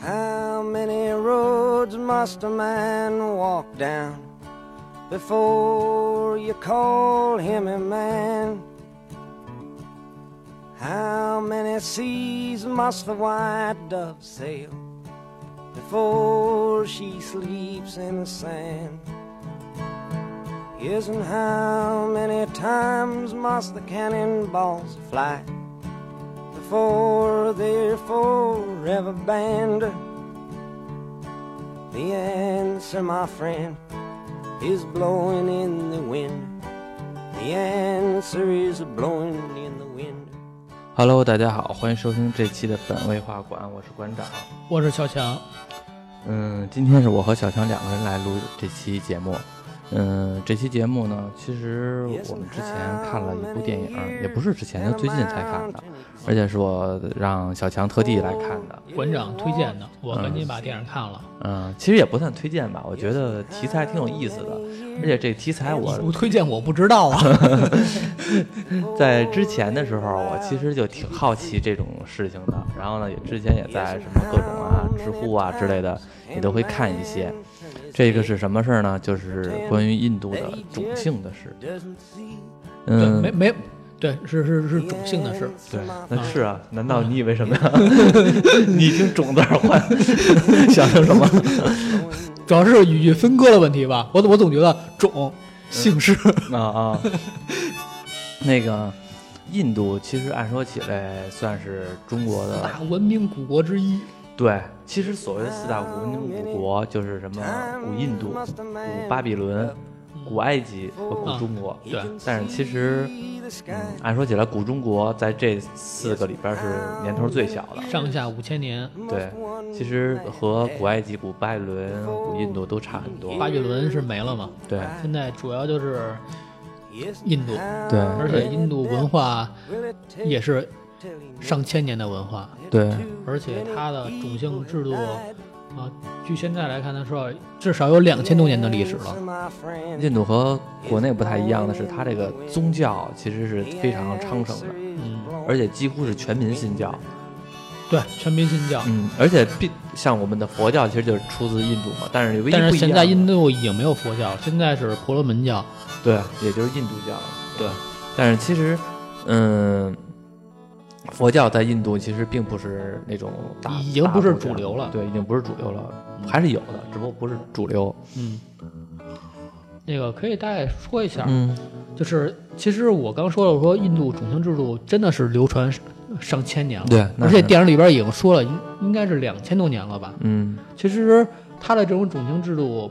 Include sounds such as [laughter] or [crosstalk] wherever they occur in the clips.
How many roads must a man walk down before you call him a man? How many seas must the white dove sail before she sleeps in the sand? Yes, and how many times must the cannonballs fly before they're forever banned? The answer, my friend, is blowing in the wind. The answer is blowing in the wind. Hello，大家好，欢迎收听这期的本位画馆，我是馆长。我是小强，嗯，今天是我和小强两个人来录这期节目。嗯，这期节目呢，其实我们之前看了一部电影，也不是之前，就最近才看的，而且是我让小强特地来看的。馆长推荐的，我赶紧把电影看了。嗯，其实也不算推荐吧，我觉得题材挺有意思的，而且这题材我不推荐我不知道啊。 [laughs] 在之前的时候，啊我其实就挺好奇这种事情的。然后呢，也之前也在什么各种啊、知乎啊之类的，也都会看一些。这个是什么事儿呢？就是关于印度的种姓的事。对嗯，没没，对，是是是种姓的事。对，那是啊。嗯难道你以为什么 [laughs] 呀？你已经种字儿换，想成 [laughs] 什么？主要是语义分割的问题吧。我我总觉得种姓氏，啊啊，那个印度其实按说起来算是中国的大文明古国之一。对，其实所谓的四大古嗯文明古国就是什么古呃印度、哎古巴比伦、古埃及和古中国。嗯对但是其实，嗯，按说起来，古中国在这四个里边是年头最小的。上下五千年，嗯对，嗯其实和哎古埃及、古巴比伦、古印度都差很多。巴比伦是没了嘛？对现在主要就是印度，对，而且印度文化也是上千年的文化，对而且它的种姓制度啊，据现在来看的说，至少有两千多年的历史了。印度和国内不太一样的是，它这个宗教其实是非常昌盛的，嗯，而且几乎是全民信教。对，全民信教。嗯，而且并像我们的佛教其实就是出自印度嘛，但是唯一但不是一现样在的印度已经没有佛教，现在是婆罗门教。对，也就是印度教了。对，但是其实，嗯，佛教在印度其实并不是那种大，已经不是大宗教主流了对，已经不是主流了，还是有的，只不过不是主流。嗯，那个可以大概说一下，嗯，就是其实我刚说了，说印度种姓制度真的是流传上千年了。对那而是且电影里边已经说了，应应该是两千多年了吧。嗯，其实它的这种种姓制度，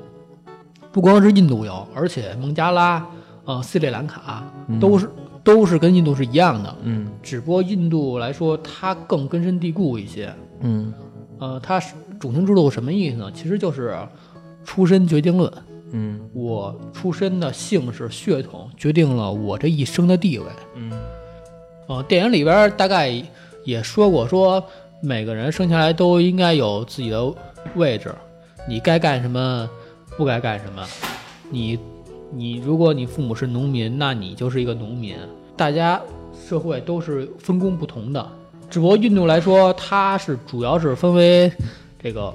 不光是印度有，而且孟加拉、呃斯里兰卡都是、都是跟印度是一样的，嗯，只不过印度来说它更根深蒂固一些。嗯，呃，它是种姓制度什么意思呢？其实就是出身决定论，嗯，我出身的姓氏血统决定了我这一生的地位。嗯，呃，电影里边大概也说过，说每个人生下来都应该有自己的位置，你该干什么，不该干什么。你，你如果你父母是农民，那你就是一个农民。大家社会都是分工不同的，只不过印度来说，它是主要是分为这个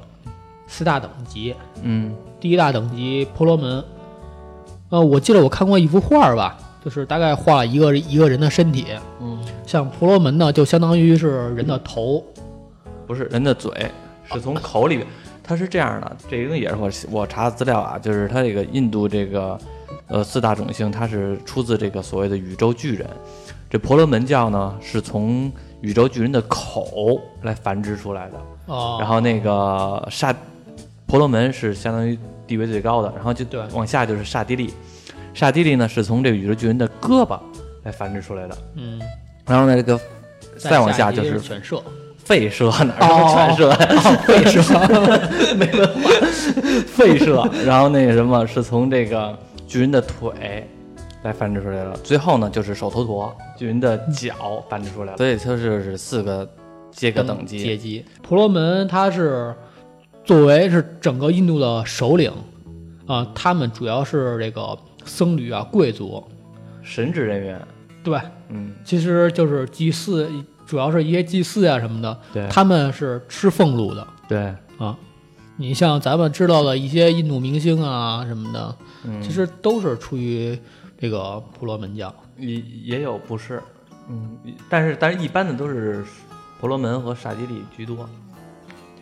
四大等级，嗯，第一大等级婆罗门。呃，我记得我看过一幅画儿吧，就是大概画了一个一个人的身体，嗯，像婆罗门呢，就相当于是人的头，不是人的嘴，是从口里边。它是这样的，这个东西也是我我查的资料啊，就是它这个印度这个，呃，四大种姓，它是出自这个所谓的宇宙巨人。这婆罗门教呢，是从宇宙巨人的口来繁殖出来的。哦，然后那个刹婆罗门是相当于地位最高的，然后就对往下就是刹帝利，刹帝利呢是从这个宇宙巨人的胳膊来繁殖出来的，嗯，然后呢这个再往下一级就是 [laughs] 犬舍，吠舍，哪儿是犬舍呀？ [laughs] 吠舍，吠舍，然后那个什么是从这个巨人的腿来繁殖出来的，最后呢就是手头陀巨人的脚繁殖出来了，嗯所以它就是四个阶个等阶级，级。婆罗门他是作为是整个印度的首领，啊、他们主要是这个僧侣啊，贵族，神职人员，对，嗯，其实就是祭祀，主要是一些祭祀啊什么的，对他们是吃俸禄的，对，啊。你像咱们知道的一些印度明星啊什么的，嗯其实都是出于这个婆罗门教。也也有不是，嗯，但是但是一般的都是婆罗门和刹帝利居多。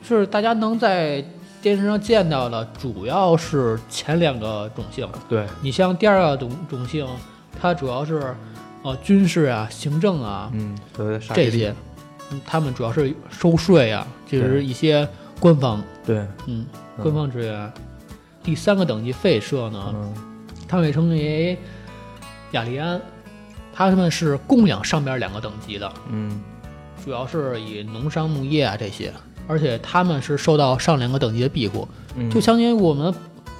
就是大家能在电视上见到的，主要是前两个种姓。对，你像第二个种种姓，它主要是呃军事啊、行政啊、嗯，所谓的刹帝这利。些，嗯他们主要是收税啊，就是对一些官方，对，嗯，嗯官方职员。第三个等级吠舍呢，嗯，他们也称为雅利安，他们是供养上边两个等级的，嗯，主要是以农商牧业啊这些，而且他们是受到上两个等级的庇护，嗯就相当于我们，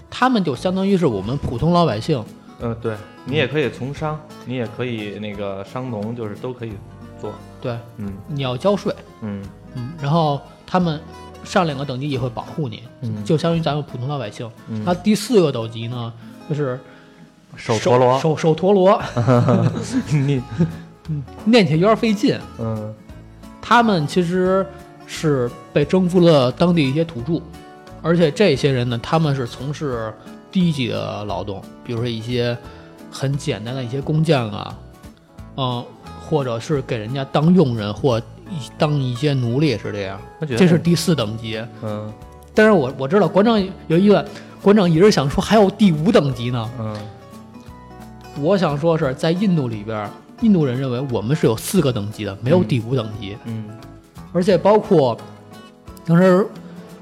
他们就相当于是我们普通老百姓，呃，对你也可以从商，你也可以那个商农，就是都可以做。对，嗯你要交税，嗯嗯，然后他们上两个等级也会保护你，嗯就相当于咱们普通老百姓。嗯那第四个等级呢，就是手陀螺，手手陀螺，你念起来有点费劲。嗯他们其实是被征服了当地一些土著，而且这些人呢，他们是从事低级的劳动，比如说一些很简单的一些工匠啊，嗯，或者是给人家当佣人或一当一些奴隶是这样。我觉得这是第四等级。嗯但是我我知道馆长有疑问，馆长一直想说还有第五等级呢。嗯我想说是在印度里边儿，印度人认为我们是有四个等级的，没有第五等级。嗯而且包括当时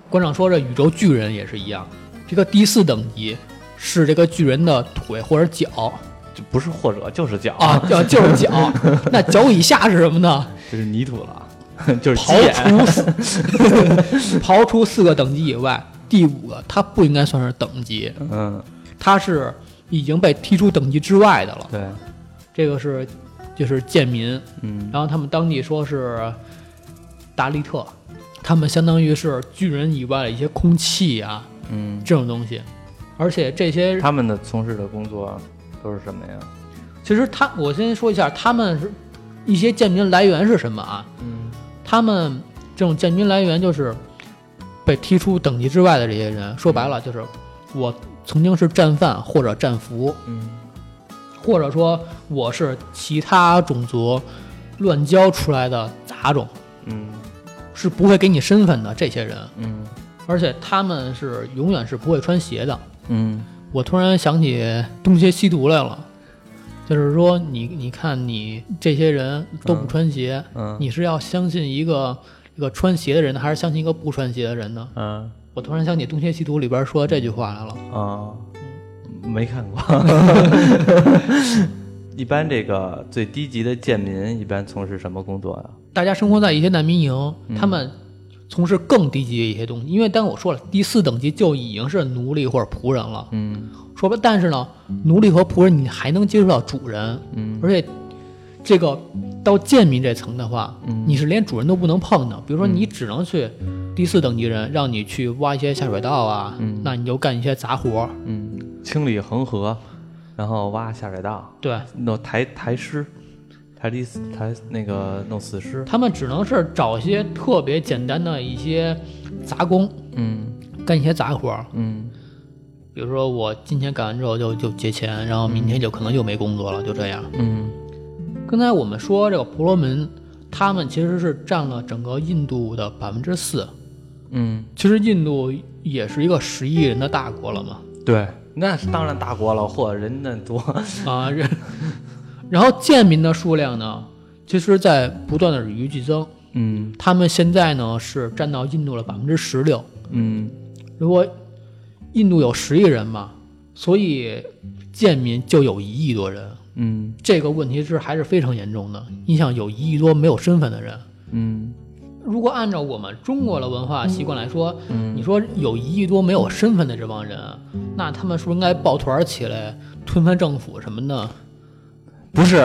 馆长说这宇宙巨人也是一样，这个第四等级是这个巨人的腿或者脚就不是或者就是脚啊，， [laughs] 就就是脚。那脚以下是什么呢？就是泥土了， [laughs] 就是鸡刨眼。除四 [laughs] 刨除四个等级以外，第五个它不应该算是等级，嗯，它是已经被踢出等级之外的了。对，这个是就是贱民，嗯然后他们当地说是达利特，他们相当于是巨人以外的一些空气啊嗯，这种东西，而且这些他们的从事的工作都是什么呀？其实他我先说一下，他们是一些贱民来源是什么啊？嗯他们这种贱民来源就是被踢出等级之外的这些人，说白了就是我曾经是战犯或者战俘，嗯或者说我是其他种族乱交出来的杂种，嗯是不会给你身份的这些人。嗯而且他们是永远是不会穿鞋的。嗯我突然想起东邪西毒来了，就是说你你看你这些人都不穿鞋，嗯你是要相信一个一个穿鞋的人呢，还是相信一个不穿鞋的人呢？嗯我突然想起东邪西毒里边说这句话来了。啊，没看 [laughs] 过。一般这个最低级的贱民一般从事什么工作呀、大家生活在一些难民营，他们从事更低级的一些东西，因为当我说了第四等级就已经是奴隶或者仆人了。嗯说白，但是呢，奴隶和仆人你还能接触到主人，嗯而且这个到贱民这层的话，你是连主人都不能碰的。比如说，你只能去第四等级人，让你去挖一些下水道啊，那你就干一些杂活儿。嗯，清理恒河，然后挖下水道，对弄抬抬尸，抬离死抬那个弄死尸。他们只能是找一些特别简单的一些杂工，嗯干一些杂活儿。嗯比如说，我今天干完之后就就结钱，然后明天就可能又没工作了，就这样。嗯刚才我们说这个婆罗门，他们其实是占了整个印度的百分之四。嗯，其实印度也是一个十亿人的大国了嘛，对，那是当然大国了，嚯，人那多。啊，然然后贱民的数量呢，其实在不断的与日俱增。嗯他们现在呢是占到印度的百分之十六。嗯如果印度有十亿人嘛，所以贱民就有一亿多人。嗯这个问题是还是非常严重的。你想，有一亿多没有身份的人，嗯如果按照我们中国的文化习惯来说，嗯你说有一亿多没有身份的这帮人，啊那他们是不是应该抱团儿起来推翻政府什么的？不是，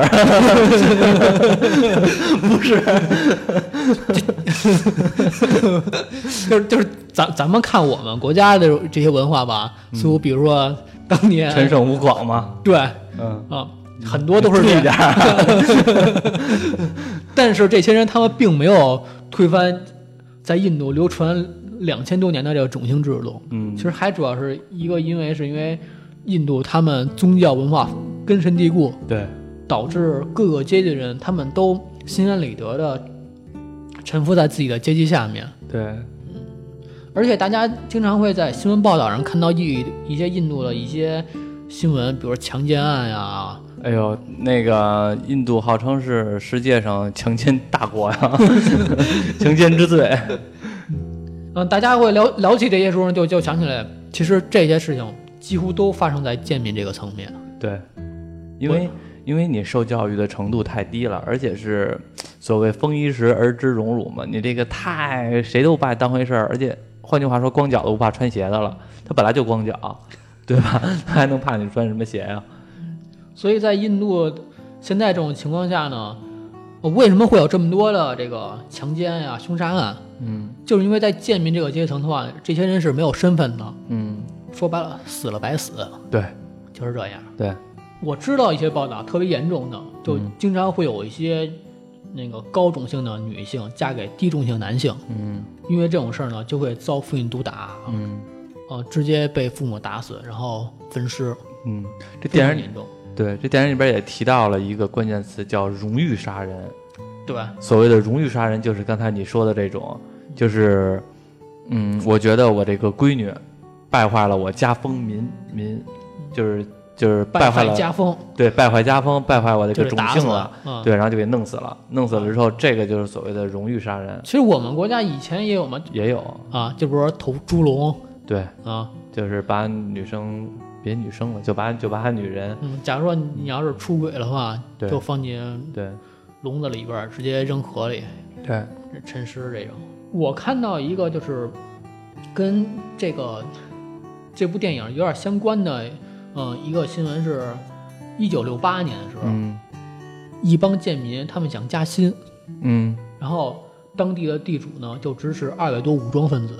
就是就是咱咱们看我们国家的这些文化吧，似乎比如说当年嗯陈胜吴广嘛。对嗯，啊，很多都是注这意点样，儿。 [laughs] 但是这些人他们并没有推翻在印度流传两千多年的这个种姓制度。嗯其实还主要是一个，因为是因为印度他们宗教文化根深蒂固，对，导致各个阶级人他们都心安理得的臣服在自己的阶级下面。对，而且大家经常会在新闻报道上看到一一些印度的一些新闻，比如强奸案呀、哎呦，那个印度号称是世界上强奸大国 [laughs] 呀，强奸之最。嗯，大家会聊聊起这些时候呢，就就想起来，其实这些事情几乎都发生在贱民这个层面。对，因为因为你受教育的程度太低了，而且是所谓“丰衣食而知荣辱”嘛，你这个太谁都不把你当回事儿，而且换句话说，光脚的不怕穿鞋的了，他本来就光脚， [laughs] 对吧？他还能怕你穿什么鞋呀、所以在印度现在这种情况下呢，呃为什么会有这么多的这个强奸呀、凶杀案？嗯就是因为在贱民这个阶层的话，这些人是没有身份的，嗯，说白了死了白死，对就是这样。对，我知道一些报道特别严重的，就嗯经常会有一些那个高种姓的女性嫁给低种姓男性，嗯因为这种事儿呢就会遭父亲毒打，嗯呃，直接被父母打死，然后分尸，嗯，这非电常影里严重，对这电影里边也提到了一个关键词，叫荣誉杀人。对吧？所谓的荣誉杀人，就是刚才你说的这种，就是，嗯，我觉得我这个闺女败坏了我家风民民，就是就是败坏坏了家风，对败坏家风，败坏我这就个是种打死姓了，了嗯对，然后就给弄死了，弄死了之后，这个就是所谓的荣誉杀人，其实我们国家以前也有嘛，也有，啊，就比如说投猪笼对，啊，就是把女生别女生了，就把就把女人，嗯，假如说你要是出轨的话，对就放进对笼子里边儿，直接扔河里，对，沉尸这种。我看到一个就是跟这个这部电影有点相关的，呃，一个新闻是，一九六八年的时候，嗯一帮贱民他们想加薪，嗯然后当地的地主呢就支持二百多武装分子，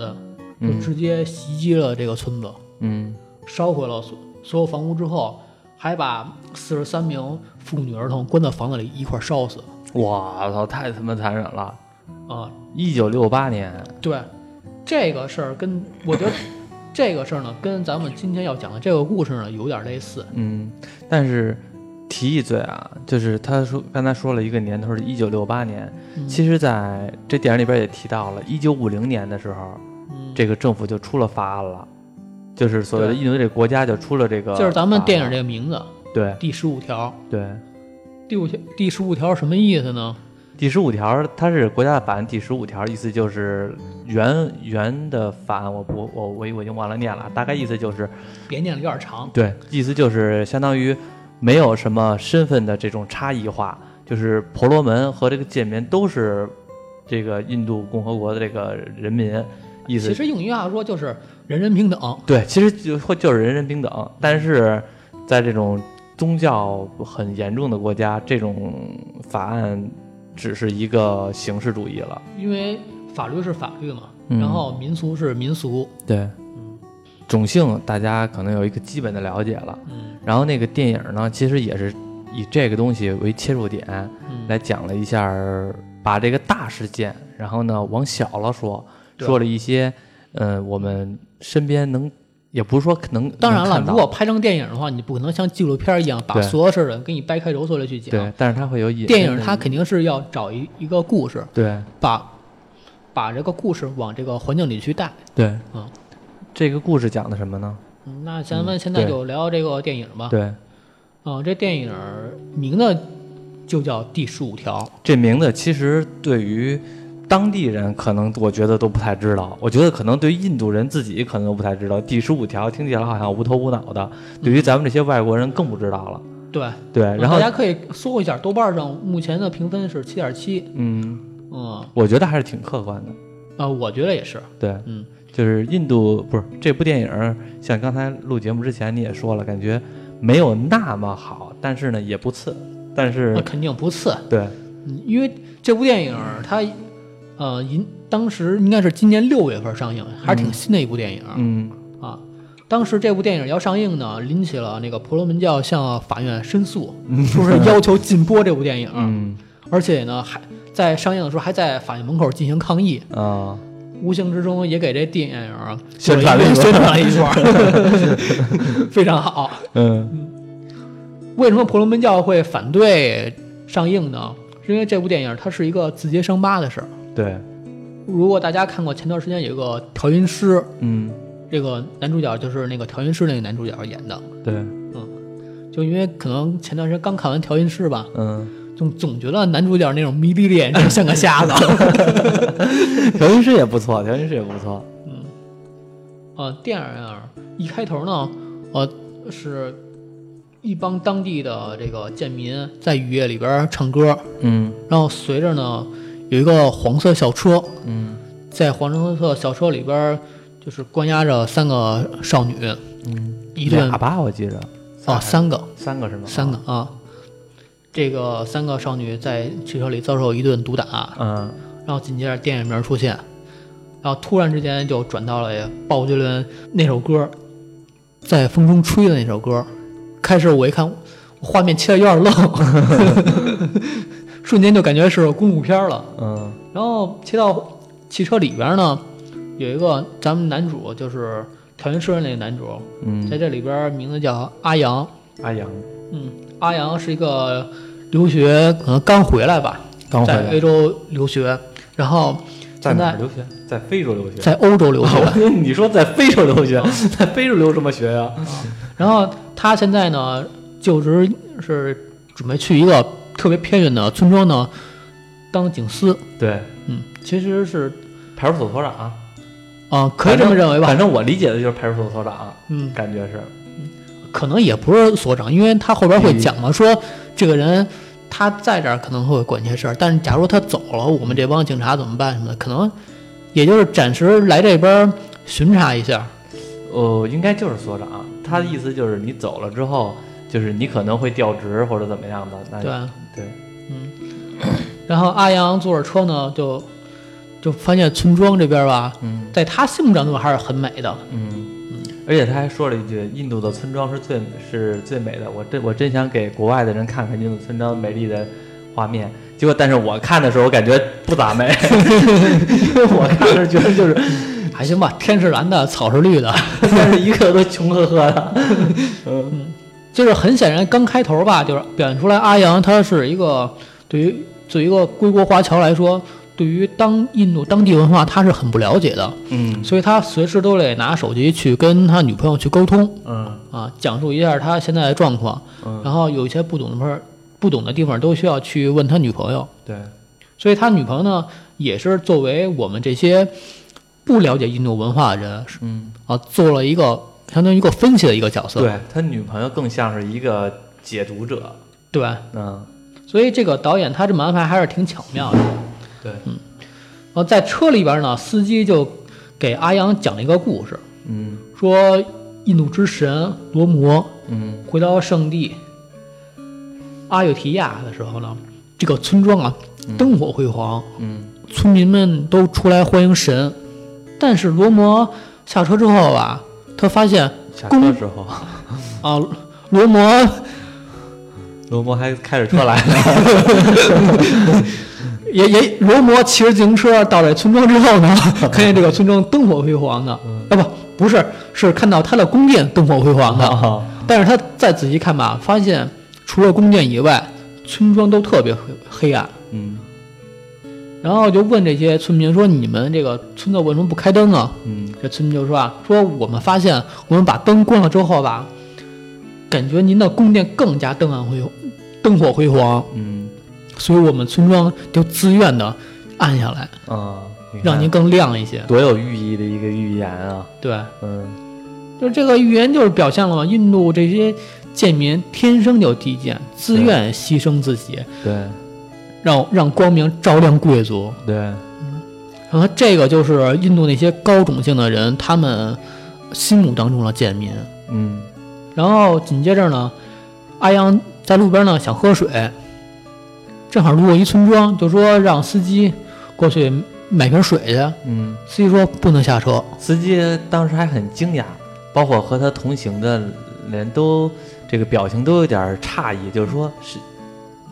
就嗯直接袭击了这个村子，嗯烧毁了所所有房屋之后。还把四十三名妇女儿童关到房子里一块儿烧死，我操，太他妈残忍了！啊、一九六八年，对，这个事儿跟我觉得这个事儿呢，跟咱们今天要讲的这个故事呢有点类似。嗯，但是提一嘴啊，就是他说刚才说了一个年头是一九六八年，嗯其实在这电影里边也提到了，一九五零年的时候，嗯，这个政府就出了法案了，就是所谓的对印度这个国家就出了这个法案了，就是咱们电影这个名字对第十五条。对第五条，第十五条什么意思呢？第十五条，它是国家的法案第十五条，意思就是原原的法案，我不我我我已经忘了念了，大概意思就是别念了，有点长。对，意思就是相当于没有什么身份的这种差异化，就是婆罗门和这个贱民都是这个印度共和国的这个人民，意其思实用一句话说，就是人人平等。对，其实就会就是人人平等，但是在这种宗教很严重的国家，这种法案只是一个形式主义了。因为法律是法律嘛，嗯然后民俗是民俗。嗯对，种姓大家可能有一个基本的了解了，嗯然后那个电影呢，其实也是以这个东西为切入点。嗯，来讲了一下儿，把这个大事件，然后呢往小了说，对说了一些，呃，我们身边能，也不是说能，当然能了，看到如果拍成电影的话，你不可能像纪录片一样把对所有事儿给你掰开揉碎了去讲对。，但是它会有引电申影的它肯定是要找一一个故事，对把把这个故事往这个环境里去带。对嗯，这个故事讲的什么呢？嗯那咱们现在对就聊这个电影吧。对，啊、这电影名字就叫《第十五条》。这名字其实对于当地人可能我觉得都不太知道，我觉得可能对于印度人自己可能都不太知道。第十五条听起来好像无头无脑的，对于咱们这些外国人更不知道了。对，对，然后嗯大家可以搜一下，豆瓣上目前的评分是七点七。嗯，嗯，我觉得还是挺客观的。啊，我觉得也是。对，嗯，就是印度不是这部电影儿，像刚才录节目之前你也说了，感觉没有那么好，但是呢也不次，但是那肯定不次，对嗯因为这部电影它，呃，银当时应该是今年六月份上映，还是挺新的一部电影。嗯啊，当时这部电影要上映呢，引起了那个婆罗门教向法院申诉，说是要求禁播这部电影，嗯而且呢还在上映的时候还在法院门口进行抗议。啊无形之中也给这电影儿宣传了一做波一个宣传了一圈儿， [laughs] 非常好。嗯为什么婆罗门教会反对上映呢？是因为这部电影它是一个自揭伤疤的事儿。对，如果大家看过前段时间有一个调音师，嗯这个男主角就是那个调音师那个男主角演的，对，就因为可能前段时间刚看完调音师吧，嗯，总总觉得男主角那种迷离脸真像个瞎子。调音师也不错，调音师也不错，呃，电影啊，一开头呢，呃，是一帮当地的这个贱民在雨夜里边儿唱歌，嗯然后随着呢有一个黄色小车，嗯在黄色小车里边儿就是关押着三个少女，嗯，一顿哑啊、巴我记着，三个三个是吗？三个，啊，这个三个少女在汽车里遭受一顿毒打，嗯然后紧接着电影名出现，然后突然之间就转到了鲍杰伦那首歌，在风中吹的那首歌。开始我一看，我画面切的有点愣， [laughs] 瞬间就感觉是公路片儿了。嗯然后切到汽车里边呢，有一个咱们男主就是调音师那个男主，在嗯，这里边名字叫阿阳。阿阳嗯，阿阳是一个留学可能刚回来吧，刚回在来非，洲留学，然后在现哪儿在留学？在非洲留学。在哦欧洲留学。 [laughs] 我你说在非洲留学，在非洲留什么学呀？哦然后他现在呢，就职是准备去一个特别偏远的村庄呢，当警司。对，嗯，其实是派出所所长，啊、可以这么认为吧反。正我理解的就是派出所所长，嗯，感觉是，可能也不是所长，因为他后边嗯会讲嘛，说这个人他在这儿可能会管一些事儿，但是假如他走了，我们这帮警察怎么办什么的，可能也就是暂时来这边巡查一下。呃，应该就是所长。他的意思就是你走了之后，就是你可能会调职或者怎么样的。那对吧对，然后阿阳坐着车呢，就就发现村庄这边吧，嗯在他心目当中还是很美的。嗯。而且他还说了一句：“印度的村庄是最是最美的。”我真我真想给国外的人看看印度村庄美丽的画面。结果，但是我看的时候，我感觉不咋美， [laughs] 因为我看着觉得就是嗯还行吧，天是蓝的，草是绿的，但是一个都穷呵呵的。嗯就是很显然，刚开头吧，就是表现出来阿阳他是一个对于对于一个归国华侨来说，对于当印度当地文化他是很不了解的，嗯所以他随时都得拿手机去跟他女朋友去沟通嗯啊，讲述一下他现在的状况，嗯，然后有一些不懂的地方不懂的地方都需要去问他女朋友，对，所以他女朋友呢也是作为我们这些不了解印度文化的人嗯，啊，做了一个相当于一个分析的一个角色，对他女朋友更像是一个解读者。对吧？嗯，所以这个导演他这么安排还是挺巧妙的。对，然后在车里边呢，司机就给阿阳讲了一个故事，嗯说印度之神罗摩嗯回到圣地阿尤提亚的时候呢，这个村庄啊灯火辉煌，嗯村民们都出来欢迎神，但是罗摩下车之后吧，他发现下公车时候，啊。罗摩罗摩还开着车来了。也也罗摩骑着自行车到这村庄之后呢，看见这个村庄灯火辉煌的，嗯啊不不是，是看到他的宫殿灯火辉 [laughs] 煌的，啊，但是他再仔细看吧，发现除了宫殿以外，村庄都特别黑黑暗。嗯然后就问这些村民说：“你们这个村子为什么不开灯啊嗯？”这村民就说：“啊，说我们发现我们把灯关了之后吧，感觉您的宫殿更加灯暗辉灯火辉煌，嗯所以我们村庄就自愿的暗下来，啊，你看让您更亮一些。多有寓意的一个寓言啊。对，嗯就是这个预言就是表现了嘛，印度这些贱民天生就低贱，自愿牺牲自己，对让让光明照亮贵族。对，然后这个就是印度那些高种姓的人他们心目当中的贱民。嗯然后紧接着呢，阿阳在路边呢想喝水，正好路过一村庄，就说让司机过去买瓶水去。嗯，司机说不能下车，司机当时还很惊讶，包括和他同行的人都这个表情都有点诧异，就是说是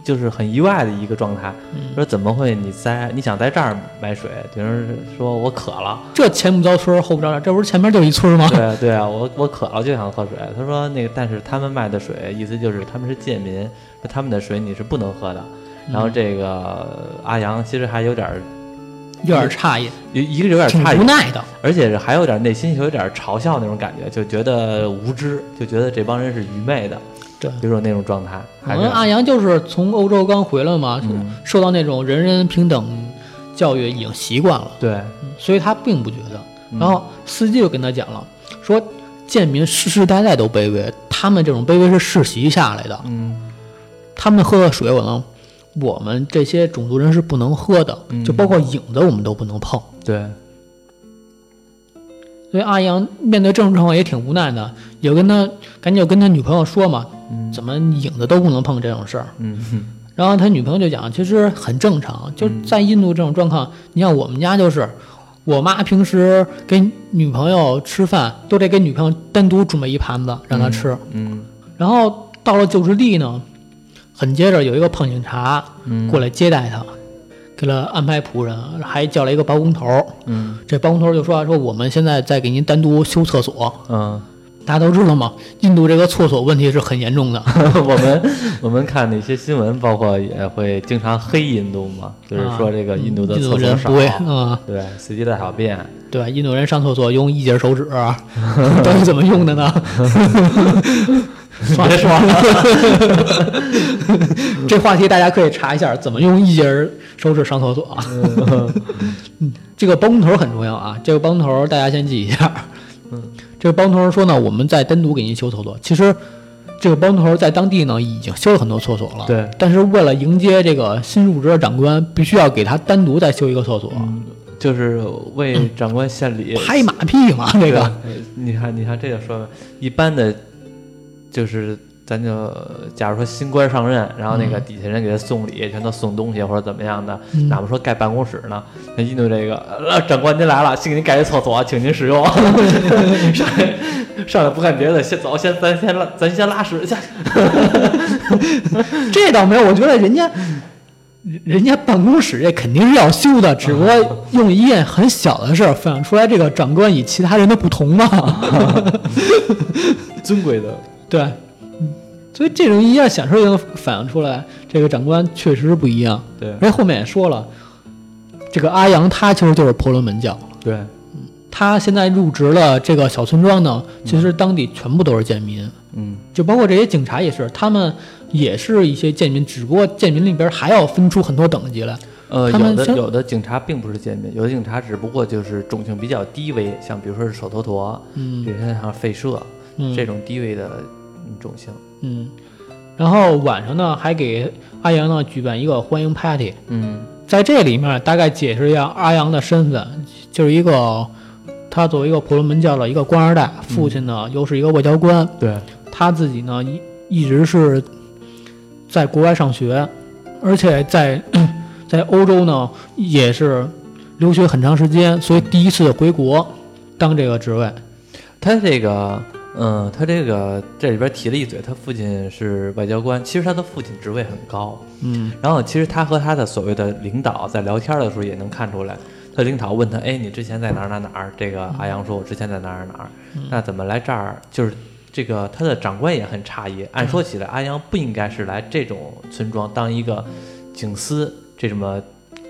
就是很意外的一个状态。嗯说怎么会你在你想在这儿买水，有人说我渴了， [laughs] 这前不着村后不着店，这不是前面就一村吗？对啊对啊，我我渴了就想喝水。他说那个，但是他们卖的水，意思就是他们是贱民，说他们的水你是不能喝的。然后这个呃阿阳其实还有点儿 [laughs] 有点诧异，一一个有点挺诧无异，奈的。而且是还有点内心有点嘲笑那种感觉，就觉得无知，就觉得这帮人是愚昧的，对有种那种状态。可还是能阿阳就是从欧洲刚回来嘛，嗯受到那种人人平等教育已经习惯了，对，嗯所以他并不觉得。嗯然后司机就跟他讲了，说贱民世世代代都卑微，他们这种卑微是世袭下来的，嗯他们喝的水我能，我们这些种族人是不能喝的，嗯就包括影子我们都不能碰。对，嗯所以阿阳面对这种状况也挺无奈的，也跟他赶紧就跟他女朋友说嘛，嗯怎么影子都不能碰这种事儿。嗯哼然后他女朋友就讲，其实很正常，就在印度这种状况，你像我们家就是，我妈平时给女朋友吃饭都得给女朋友单独准备一盘子让她吃，嗯然后到了就职地呢，很接着有一个胖警察嗯过来接待他，给他安排仆人，还叫了一个包工头儿。嗯这包工头儿就说说我们现在在给您单独修厕所，嗯，大家都知道嘛，印度这个厕所问题是很严重的。 [laughs] 我们我们看哪些新闻，包括也会经常黑印度嘛，就是说这个印度的啊印厕度所人少，不会啊、嗯对，随地大小便，对，印度人上厕所用一节手指，啊到底怎么用的呢？算了算了，这话题大家可以查一下，怎么用一节手指上厕所。嗯，这个包工头很重要啊，这个包工头大家先记一下。嗯，这个包工头说呢，我们再单独给您修厕所。其实，这个包工头在当地呢已经修了很多厕所了。对但是为了迎接这个新入职的长官，必须要给他单独再修一个厕所，就是为长官献礼。拍马屁嘛，这个。对，你看，你看这就说了，一般的，就是咱就假如说新官上任，然后那个底下人给他送礼，全都送东西或者怎么样的，嗯哪怕说盖办公室呢，那印度这个，呃，长官您来了，请您盖一厕所，请您使 [laughs] 用。上来上来不干别的，先走，先咱先拉，咱先拉屎去。这倒没有，我觉得人家，人人家办公室这肯定是要修的，只不过用一件很小的事儿反映出来这个长官与其他人的不同嘛。 [laughs] 尊贵的，对，嗯所以这种一样小事儿就能反映出来，这个长官确实不一样。对而且后面也说了，这个阿阳他其实就是婆罗门教，对，他现在入职了这个小村庄呢，其实当地全部都是贱民。嗯就包括这些警察也是，他们也是一些贱民，只不过贱民里边还要分出很多等级来。呃，他有们的像有的警察并不是贱民，有的警察只不过就是种姓比较低微，像比如说是手头陀，比嗯如说像吠舍、嗯这种低微的嗯种姓，嗯。然后晚上呢，还给阿阳呢举办一个欢迎 party，嗯在这里面大概解释一下阿阳的身份，就是一个他作为一个婆罗门教的一个官二代，父亲呢又是一个外交官，对，他自己呢一一直是在国外上学，而且在 [clears throat] 在欧洲呢也是留学很长时间，所以第一次回国当这个职位。他这个。嗯，他这个这里边提了一嘴，他父亲是外交官，其实他的父亲职位很高。嗯，然后其实他和他的所谓的领导在聊天的时候也能看出来，他领导问他，哎，你之前在哪儿哪儿哪儿？这个阿阳说，我之前在哪儿哪儿哪儿。那怎么来这儿？就是这个他的长官也很诧异。按说起来，阿阳不应该是来这种村庄当一个警司这么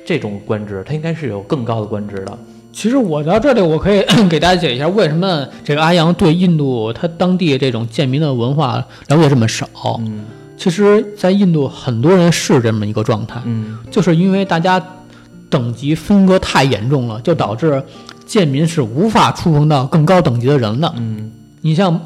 这种官职，他应该是有更高的官职的。其实我到这里，我可以 [coughs] 给大家解释一下为什么这个阿阳对印度他当地这种贱民的文化了解这么少。嗯其实，在印度很多人是这么一个状态，嗯就是因为大家等级分割太严重了，就导致贱民是无法触碰到更高等级的人的。嗯你像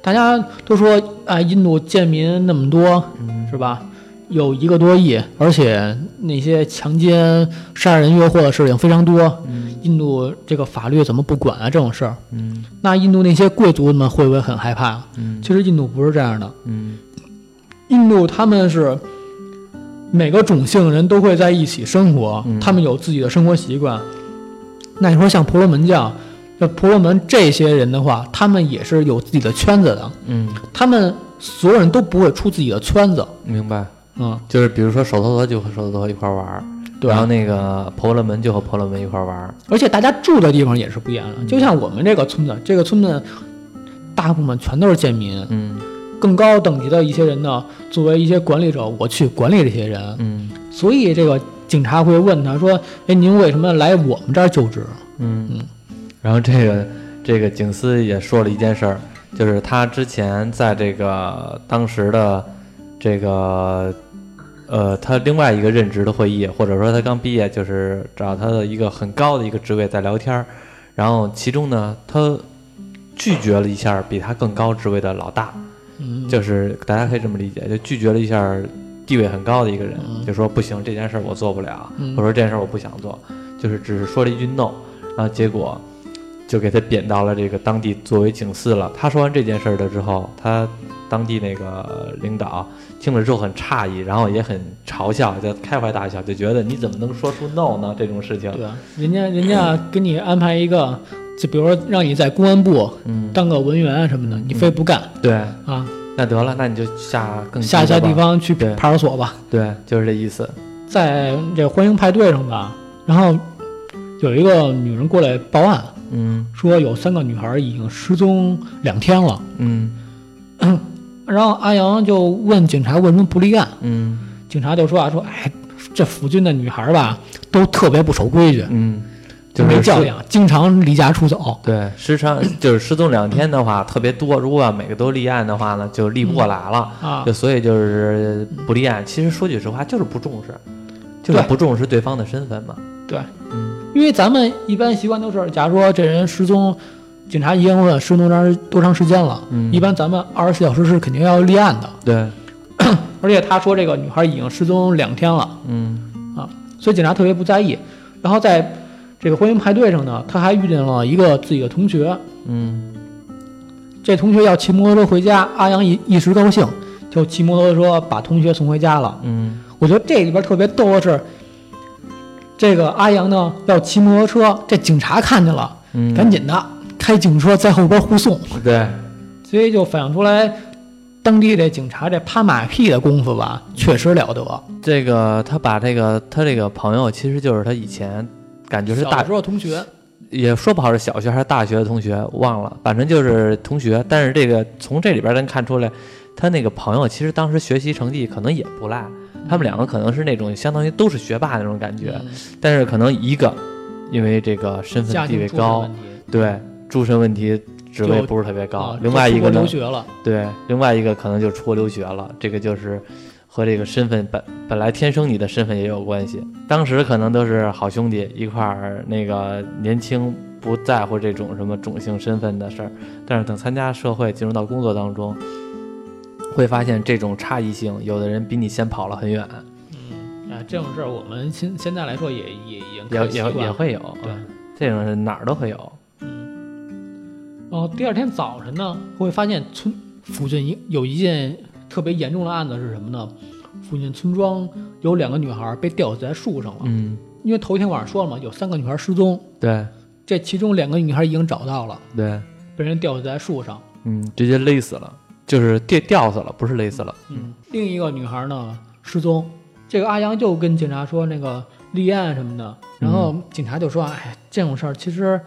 大家都说，哎，印度贱民那么多，嗯是吧？有一个多亿，而且那些强奸、杀人越货的事情非常多。印度这个法律怎么不管啊？这种事儿，嗯那印度那些贵族们会不会很害怕啊？嗯其实印度不是这样的，嗯印度他们是每个种姓人都会在一起生活，嗯他们有自己的生活习惯。那你说像婆罗门教，那婆罗门这些人的话，他们也是有自己的圈子的，嗯，他们所有人都不会出自己的圈子，明白。嗯，就是比如说手头头就和手头头一块玩儿，对然后那个婆罗门就和婆罗门一块玩儿，而且大家住的地方也是不一样嗯的。就像我们这个村子，这个村子大部分全都是贱民，嗯更高等级的一些人呢，作为一些管理者，我去管理这些人，嗯所以这个警察会问他说：“哎，您为什么来我们这儿就职嗯，然后这个这个警司也说了一件事儿，就是他之前在这个当时的这个呃，他另外一个任职的会议，或者说他刚毕业，就是找他的一个很高的一个职位在聊天儿，然后其中呢，他拒绝了一下比他更高职位的老大，？”嗯，就是大家可以这么理解，就拒绝了一下地位很高的一个人，嗯就说不行，这件事儿我做不了，嗯或者说这件事儿我不想做，就是只是说了一句 no，然后结果就给他贬到了这个当地作为警司了。他说完这件事儿了之后，他当地那个呃领导听了之后很诧异，然后也很嘲笑，就开怀大笑，就觉得你怎么能说出 no 呢？这种事情，对啊，人家人家给你安排一个，就比如说让你在公安部嗯，当个文员啊什么的，你非不干对，啊，那得了，那你就下更低下的下地嗯吧，方去对派出所吧。对，就是这意思，在这欢迎派对上吧，然后有一个女人过来报案，嗯说有三个女孩已经失踪两天了。嗯然后阿阳就问警察为什么不立案，嗯警察就说啊说哎，这附近的女孩吧都特别不守规矩，嗯，就是没教说养，经常离家出走。对，失常就是失踪两天的话特别多，如果每个都立案的话呢，就立不过来了，啊就，所以就是不立案。其实说句实话，就是不重视，就是对不重视对方的身份嘛。对，嗯因为咱们一般习惯都是，假如说这人失踪，警察一问失踪多长多长时间了，嗯一般咱们二十四小时是肯定要立案的。对，而且他说这个女孩已经失踪两天了，嗯所以警察特别不在意。然后在这个婚姻派对上呢，他还遇见了一个自己的同学，嗯这同学要骑摩托车回家，阿阳一一时高兴，就骑摩托车把同学送回家了。嗯我觉得这里边特别逗的是，这个阿阳呢要骑摩托车，这警察看见了，嗯，赶紧的开警车在后边护送，对，所以就反映出来当地这警察这拍马屁的功夫吧，确实了得。这个他把这个他这个朋友其实就是他以前感觉是大小时候同学，也说不好是小学还是大学的同学，忘了，反正就是同学。但是这个从这里边能看出来，他那个朋友其实当时学习成绩可能也不赖，他们两个可能是那种相当于都是学霸那种感觉，嗯但是可能一个因为这个身份家地庭位出了高问，题对出身问题，职位就不是特别高啊，，另外一个就出呢国留，学了，对，另外一个可能就出国留学了，这个就是和这个身份本本来天生你的身份也有关系。当时可能都是好兄弟一块儿，那个年轻不在乎这种什么种姓身份的事儿，但是等参加社会进入到工作当中，会发现这种差异性，有的人比你先跑了很远，嗯，啊，这种事儿我们现现在来说也也也也可习也惯也了。会有，对，这种人哪儿都会有，然后嗯哦第二天早晨呢，会发现村附近一有一件特别严重的案子是什么呢？附近村庄有两个女孩被吊死在树上了，嗯，因为头一天晚上说了嘛，有三个女孩失踪，对这其中两个女孩已经找到了，对，被人吊死在树上。嗯，直接勒死了，就是吊吊死了，不是勒死了，嗯，另一个女孩呢失踪，这个阿阳就跟警察说那个立案什么的，然后嗯警察就说，哎，这种事儿其实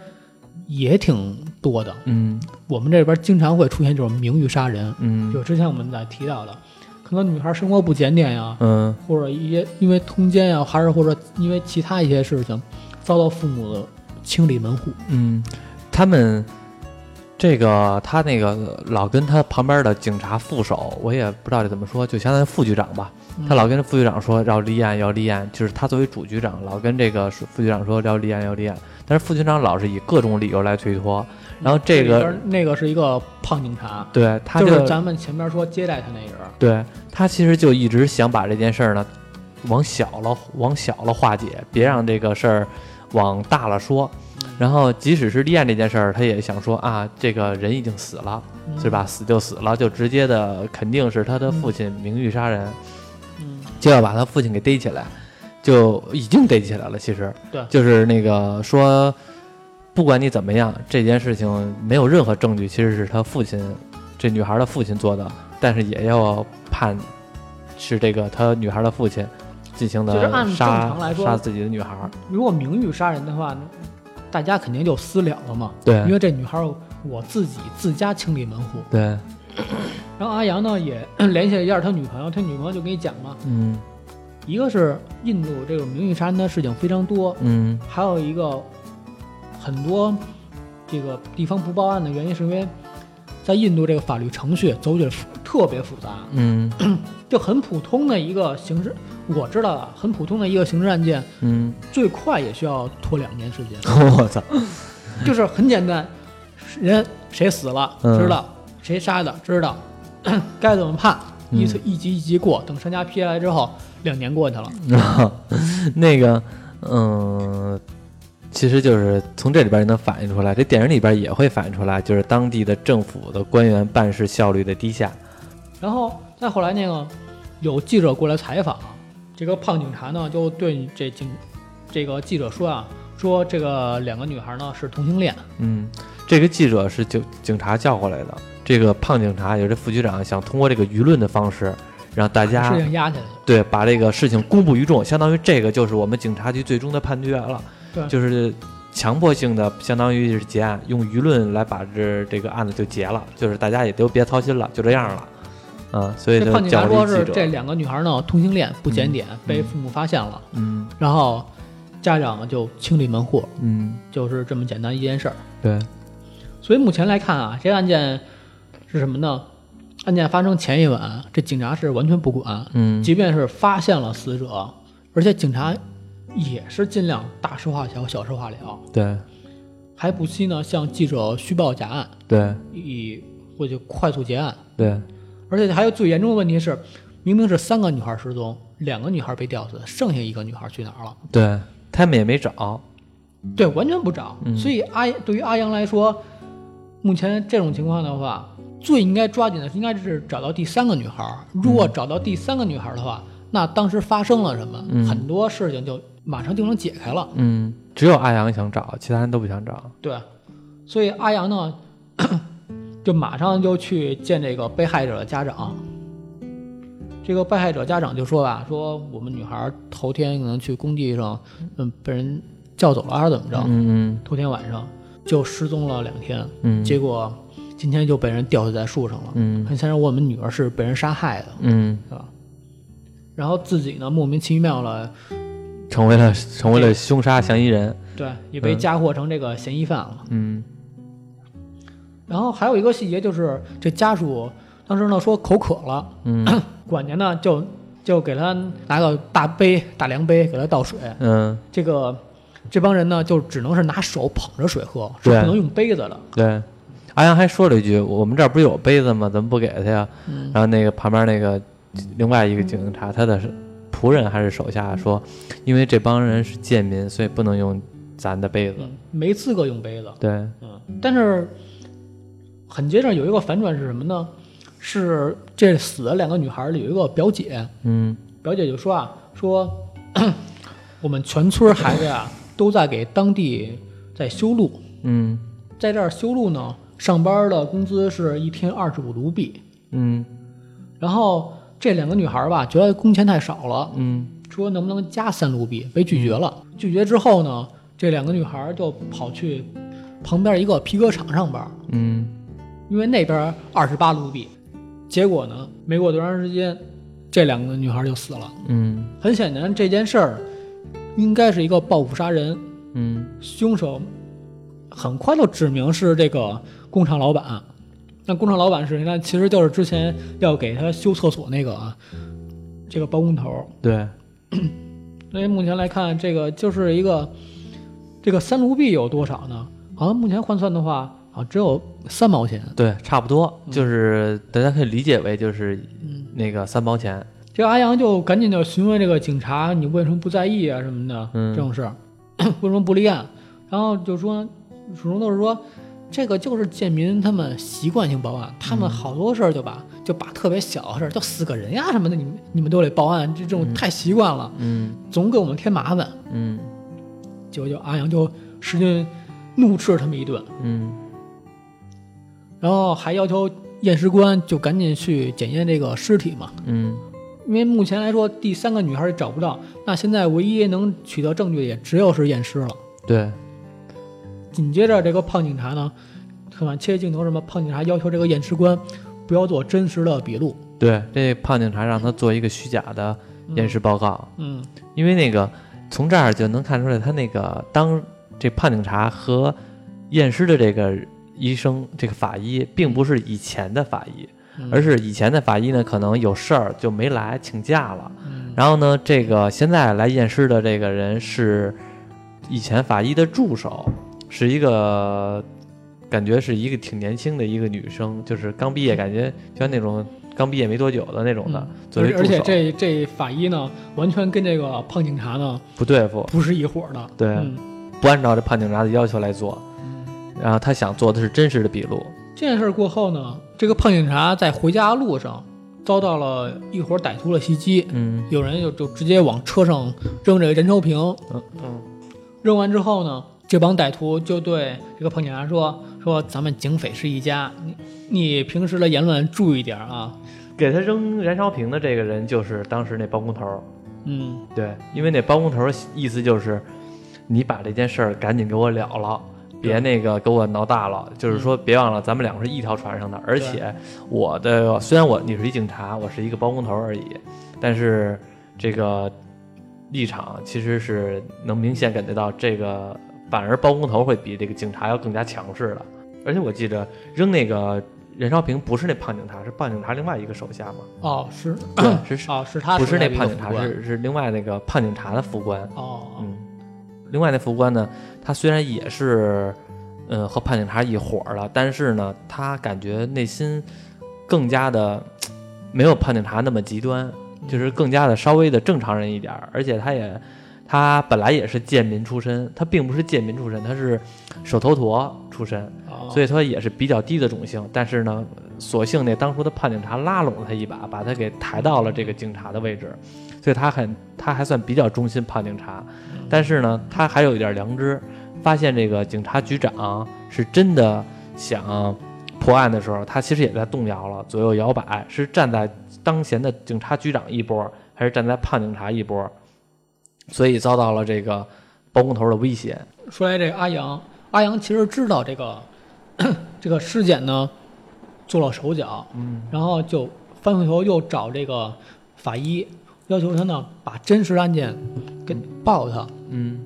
也挺多的，嗯我们这边经常会出现这种名誉杀人，嗯就之前我们在提到的，可能女孩生活不检点呀，嗯。或者一些因为通奸呀，还是或者因为其他一些事情，遭到父母的清理门户。嗯，他们这个他那个老跟他旁边的警察副手，我也不知道这怎么说，就相当于副局长吧。嗯他老跟副局长说要立案，要立案，就是他作为主局长老跟这个副局长说要立案，要立案。但是副局长老是以各种理由来推脱，然后这里个边那个是一个胖警察，对他就就是咱们前面说接待他那人，对他其实就一直想把这件事儿呢往小了往小了化解，别让这个事儿往大了说。然后即使是立案这件事儿，他也想说啊，这个人已经死了，嗯是？吧？死就死了，就直接的肯定是他的父亲名誉杀人，嗯，就要把他父亲给逮起来，就已经逮起来了。其实，对就是那个说，不管你怎么样，这件事情没有任何证据，其实是他父亲，这女孩的父亲做的，但是也要判是这个他女孩的父亲进行就是的按正杀常来说杀自己的女孩儿，如果名誉杀人的话，大家肯定就私了了嘛。对因为这女孩儿我自己自家清理门户。对，然后阿阳呢也 [clears throat] 联系了一下他女朋友，他女朋友就跟你讲嘛，嗯一个是印度这种名誉杀人的事情非常多，嗯还有一个很多这个地方不报案的原因是因为在印度这个法律程序走起来复特别复杂，嗯就很普通的一个刑事，我知道啊，很普通的一个刑事案件，嗯，最快也需要拖两年时间。 [laughs] 我操， [laughs] 就是很简单，人谁死了嗯知道，谁杀的知道， [coughs] 该怎么判，一嗯次一级一级过。等商家批下来之后，两年过去了，嗯 [laughs] 那个嗯。其实就是从这里边就能反映出来，这电影里边也会反映出来，就是当地的政府的官员办事效率的低下。然后再后来那个有记者过来采访，这个胖警察呢就对这警这个记者说啊，说这个两个女孩呢是同性恋，嗯，这个记者是警警察叫过来的，这个胖警察也是这副局长，想通过这个舆论的方式，让大把家事情压下去了。对，把这个事情公布于众，相当于这个就是我们警察局最终的判决了，对就是强迫性的，相当于是结案，用舆论来把这这个案子就结了，就是大家也都别操心了，就这样了，嗯，所以这就胖警叫察了说一是记这者，两个女孩呢同性恋不检嗯点，被父母发现了，嗯然后家长就清理门户，嗯，就是这么简单一件事儿。对，所以目前来看啊，这个案件是什么呢？案件发生前一晚，这警察是完全不管，嗯即便是发现了死者，而且警察也是尽量大事化小，小事化了，对还不惜呢向记者虚报假案，对以或者快速结案。对，而且还有最严重的问题是，明明是三个女孩失踪，两个女孩被吊死，剩下一个女孩去哪儿了？对他们也没找，对，完全不找。嗯所以阿对于阿阳来说，目前这种情况的话，最应该抓紧的应该是找到第三个女孩儿。如嗯果找到第三个女孩儿的话，那当时发生了什么，嗯很多事情就马上就能解开了。嗯，只有阿阳想找，其他人都不想找，对，所以阿阳呢， [coughs] 就马上就去见这个被害者的家长。这个被害者家长就说吧，说我们女孩儿头天可能去工地上，嗯，被人叫走了还是怎么着？嗯头天晚上就失踪了两天，嗯结果今天就被人吊死在树上了。嗯很显然我们女儿是被人杀害的，嗯，对吧？然后自己呢莫名其妙了，成为了成为了凶杀嫌疑人，对，也被嫁祸成这个嫌疑犯了。嗯然后还有一个细节就是，这家属当时呢说口渴了， [clears throat] 嗯管家呢就就给他拿个大杯大量杯给他倒水，嗯，这个。这帮人呢，就只能是拿手捧着水喝，是对不能用杯子的。对，阿阳还说了一句：“我们这儿不是有杯子吗？怎么不给他呀？”然后那个旁边那个另外一个警察，他的仆人还是手下说：“因为这帮人是贱民，所以不能用咱的杯子。嗯，没资格用杯子。”对，嗯，但是很接着有一个反转是什么呢？是这死的两个女孩儿里有一个表姐，嗯表姐就说啊，说 [coughs] 我们全村孩子呀、都在给当地在修路，嗯在这儿修路呢，上班的工资是一天二十五卢比，嗯然后这两个女孩儿吧觉得工钱太少了，嗯说能不能加三卢比，被拒绝了。拒绝之后呢，这两个女孩儿就跑去旁边一个皮革厂上班儿。嗯因为那边二十八卢比。结果呢，没过多长时间，这两个女孩就死了。嗯很显然，这件事儿应该是一个报复杀人，嗯凶手很快就指明是这个工厂老板。那工厂老板是谁呢？其实就是之前要给他修厕所那个啊，这个包工头。对，所以目前来看，这个就是一个这个三卢币有多少呢？好像目前换算的话，好像只有三毛钱。对，差不多，就是大家可以理解为就是嗯那个三毛钱。这个阿阳就赶紧就询问这个警察，你为什么不在意啊什么的、嗯这种事儿， [clears throat] 为什么不立案？然后就说，始终都是说，这个就是贱民他们习惯性报案，他们好多事儿就把、就把特别小的事儿，就死个人呀什么的，你们你们都得报案，这这种太习惯了，嗯总给我们添麻烦。嗯结果就阿阳就使劲怒斥他们一顿，嗯然后还要求验尸官就赶紧去检验这个尸体嘛。嗯因为目前来说第三个女孩也找不到，那现在唯一能取得证据的也只有是验尸了。对，紧接着这个胖警察呢，看看切镜头什么，胖警察要求这个验尸官不要做真实的笔录。对，这胖警察让他做一个虚假的验尸报告，嗯，因为那个从这儿就能看出来，他那个当这胖警察和验尸的这个医生，这个法医，并不是以前的法医，嗯而是以前的法医呢可能有事儿就没来，请假了。嗯然后呢，这个现在来验尸的这个人是以前法医的助手，是一个感觉是一个挺年轻的一个女生，就是刚毕业，感觉就像那种刚毕业没多久的那种的，作为嗯助而而且手这这法医呢，完全跟这个胖警察呢不对付，不是一伙儿的。对，嗯，不按照这判警察的要求来做。然后他想做的是真实的笔录，这件事儿过后呢，这个胖警察在回家路上遭到了一伙歹徒的袭击，嗯有人就就直接往车上扔这个燃烧瓶，嗯嗯，扔完之后呢，这帮歹徒就对这个胖警察说：“说咱们警匪是一家，你你平时的言论注意点儿啊。给他扔燃烧瓶的这个人就是当时那包工头儿，”嗯，对，因为那包工头儿意思就是，你把这件事儿赶紧给我了了，别对嗯那个给我闹大了。就是说，别忘了咱们两个是一条船上的，而对且我的虽然我你是一警察，我是一个包工头儿而已，但是这个立场其实是能明显感觉到，这个反而包工头会比这个警察要更加强势的。而且我记着扔那个燃烧瓶不是那胖警察，是胖警察另外一个手 [clears throat] 下嘛？哦，是，对，是哦，是他不是那手下胖的一警个察，副官是是另外那个胖警察的副官。哦，嗯，另外那副官呢，他虽然也是，呃，和胖警察一伙儿了，但是呢，他感觉内心更加的没有胖警察那么极端，嗯就是更加的稍微的正常人一点儿，而且他也。他本来也是贱民出身，他并不是贱民出身，他是手头陀出身，哦嗯所以说也是比较低的种姓。但是呢，所幸那当初的胖警察拉拢了他一把，把他给抬到了这个警察的位置，所以他很他还算比较忠心胖警察。嗯但是呢，他还有一点良知，发现这个警察局长是真的想破案的时候，他其实也在动摇了，左右摇摆，是站在当前的警察局长一波，还是站在胖警察一波，所以遭到了这个包工头的威胁。说来这个阿阳，阿阳其实知道这个 [coughs] 这个尸检呢做了手脚，嗯，然后就翻回头又找这个法医，要求他呢把真实案件给报他。嗯，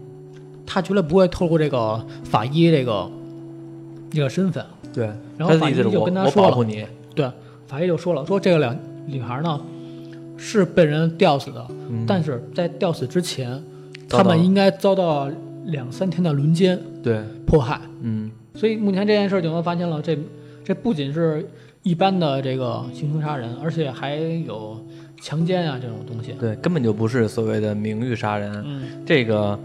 他绝对不会透露这个法医这个这个身份。对，然他后的法意医思是就我跟他我说保了护你，对，法医就说了，说这个两女孩呢是被人吊死的，嗯但是在吊死之前，遭他到们应该遭到两三天的轮奸对，迫害。嗯，所以目前这件事儿就能发现了，这这不仅是一般的这个行凶杀人，而且还有强奸啊这种东西。对，根本就不是所谓的名誉杀人。嗯，这个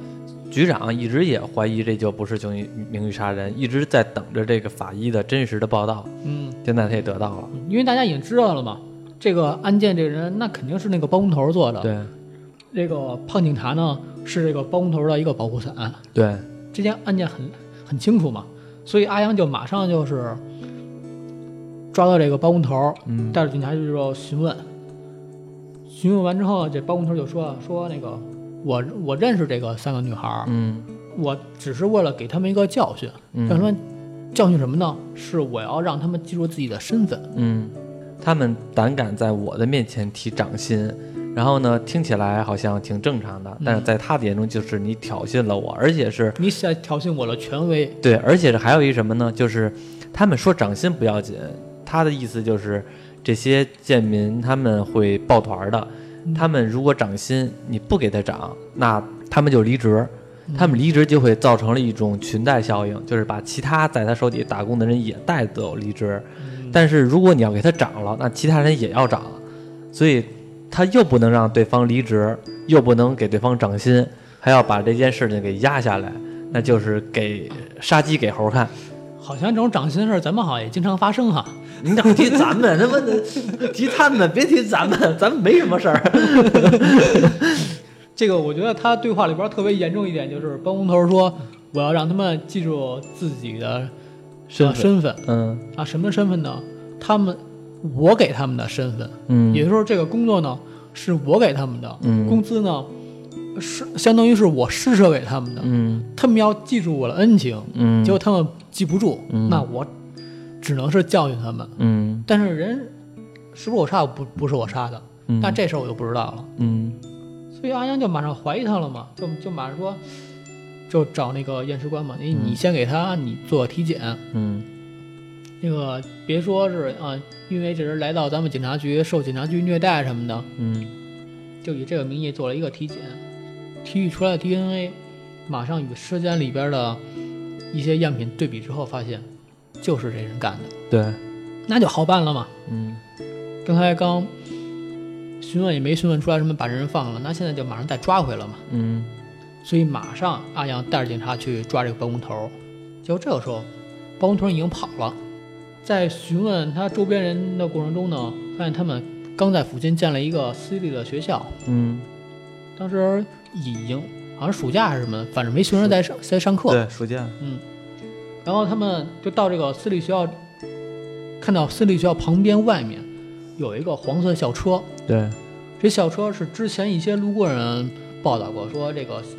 局长一直也怀疑这就不是名誉名誉杀人，一直在等着这个法医的真实的报道。嗯，现在他也得到了，因为大家已经知道了嘛，这个案件这个人那肯定是那个包工头做的。对这个胖警察呢是这个包工头的一个保护伞，对，这件案件很很清楚嘛，所以阿阳就马上就是抓到这个包工头，嗯带着警察局之后询问，询问完之后，这包工头就说说那个我我认识这个三个女孩儿，嗯我只是为了给他们一个教训，嗯让他们教训什么呢？是我要让他们记住自己的身份，嗯，他们胆敢在我的面前提掌心，然后呢，听起来好像挺正常的，但是在他的眼中就是你挑衅了我，而且是你是在挑衅我的权威，对，而且是还有一什么呢？就是他们说掌心不要紧，他的意思就是这些贱民他们会抱团儿的，他们如果掌心你不给他涨，那他们就离职。他们离职就会造成了一种裙带效应，就是把其他在他手底下打工的人也带走离职。但是如果你要给他涨了，那其他人也要涨，所以他又不能让对方离职，又不能给对方涨薪，还要把这件事情给压下来。那就是给杀鸡给猴看。好像这种掌心的事儿咱们好像也经常发生哈。你老提咱们，他妈的提他们，别提咱们，咱们没什么事儿。这个我觉得他对话里边特别严重一点，就是包工头说我要让他们记住自己的身呃份身份嗯啊，什么身份呢？他们我给他们的身份，嗯也就是说这个工作呢是我给他们的，嗯工资呢是相当于是我施舍给他们的，嗯他们要记住我的恩情，嗯，结果他们记不住，嗯那我只能是教训他们。嗯但是人是不是我杀的不不是我杀的，嗯，那这事儿我就不知道了。嗯所以阿央就马上怀疑他了嘛，就就马上说，就找那个验尸官嘛，你哎你先给他你做体检，嗯那个别说是啊、因为这人来到咱们警察局受警察局虐待什么的，嗯就以这个名义做了一个体检，提取出来的 DNA 马上与尸检里边的一些样品对比之后，发现就是这人干的，对，那就好办了嘛。嗯刚才刚询问也没询问出来什么把这人放了，那现在就马上再抓回来嘛。嗯所以马上阿阳带着警察去抓这个包工头儿。结果这个时候，包工头儿已经跑了。在询问他周边人的过程中呢，发现他们刚在附近建了一个私立的学校，嗯，当时已经好像暑假还是什么，反正没学生在上在上课。对，暑假，嗯，然后他们就到这个私立学校，看到私立学校旁边外面有一个黄色校车，对，这校车是之前一些路过人报道过，说这个小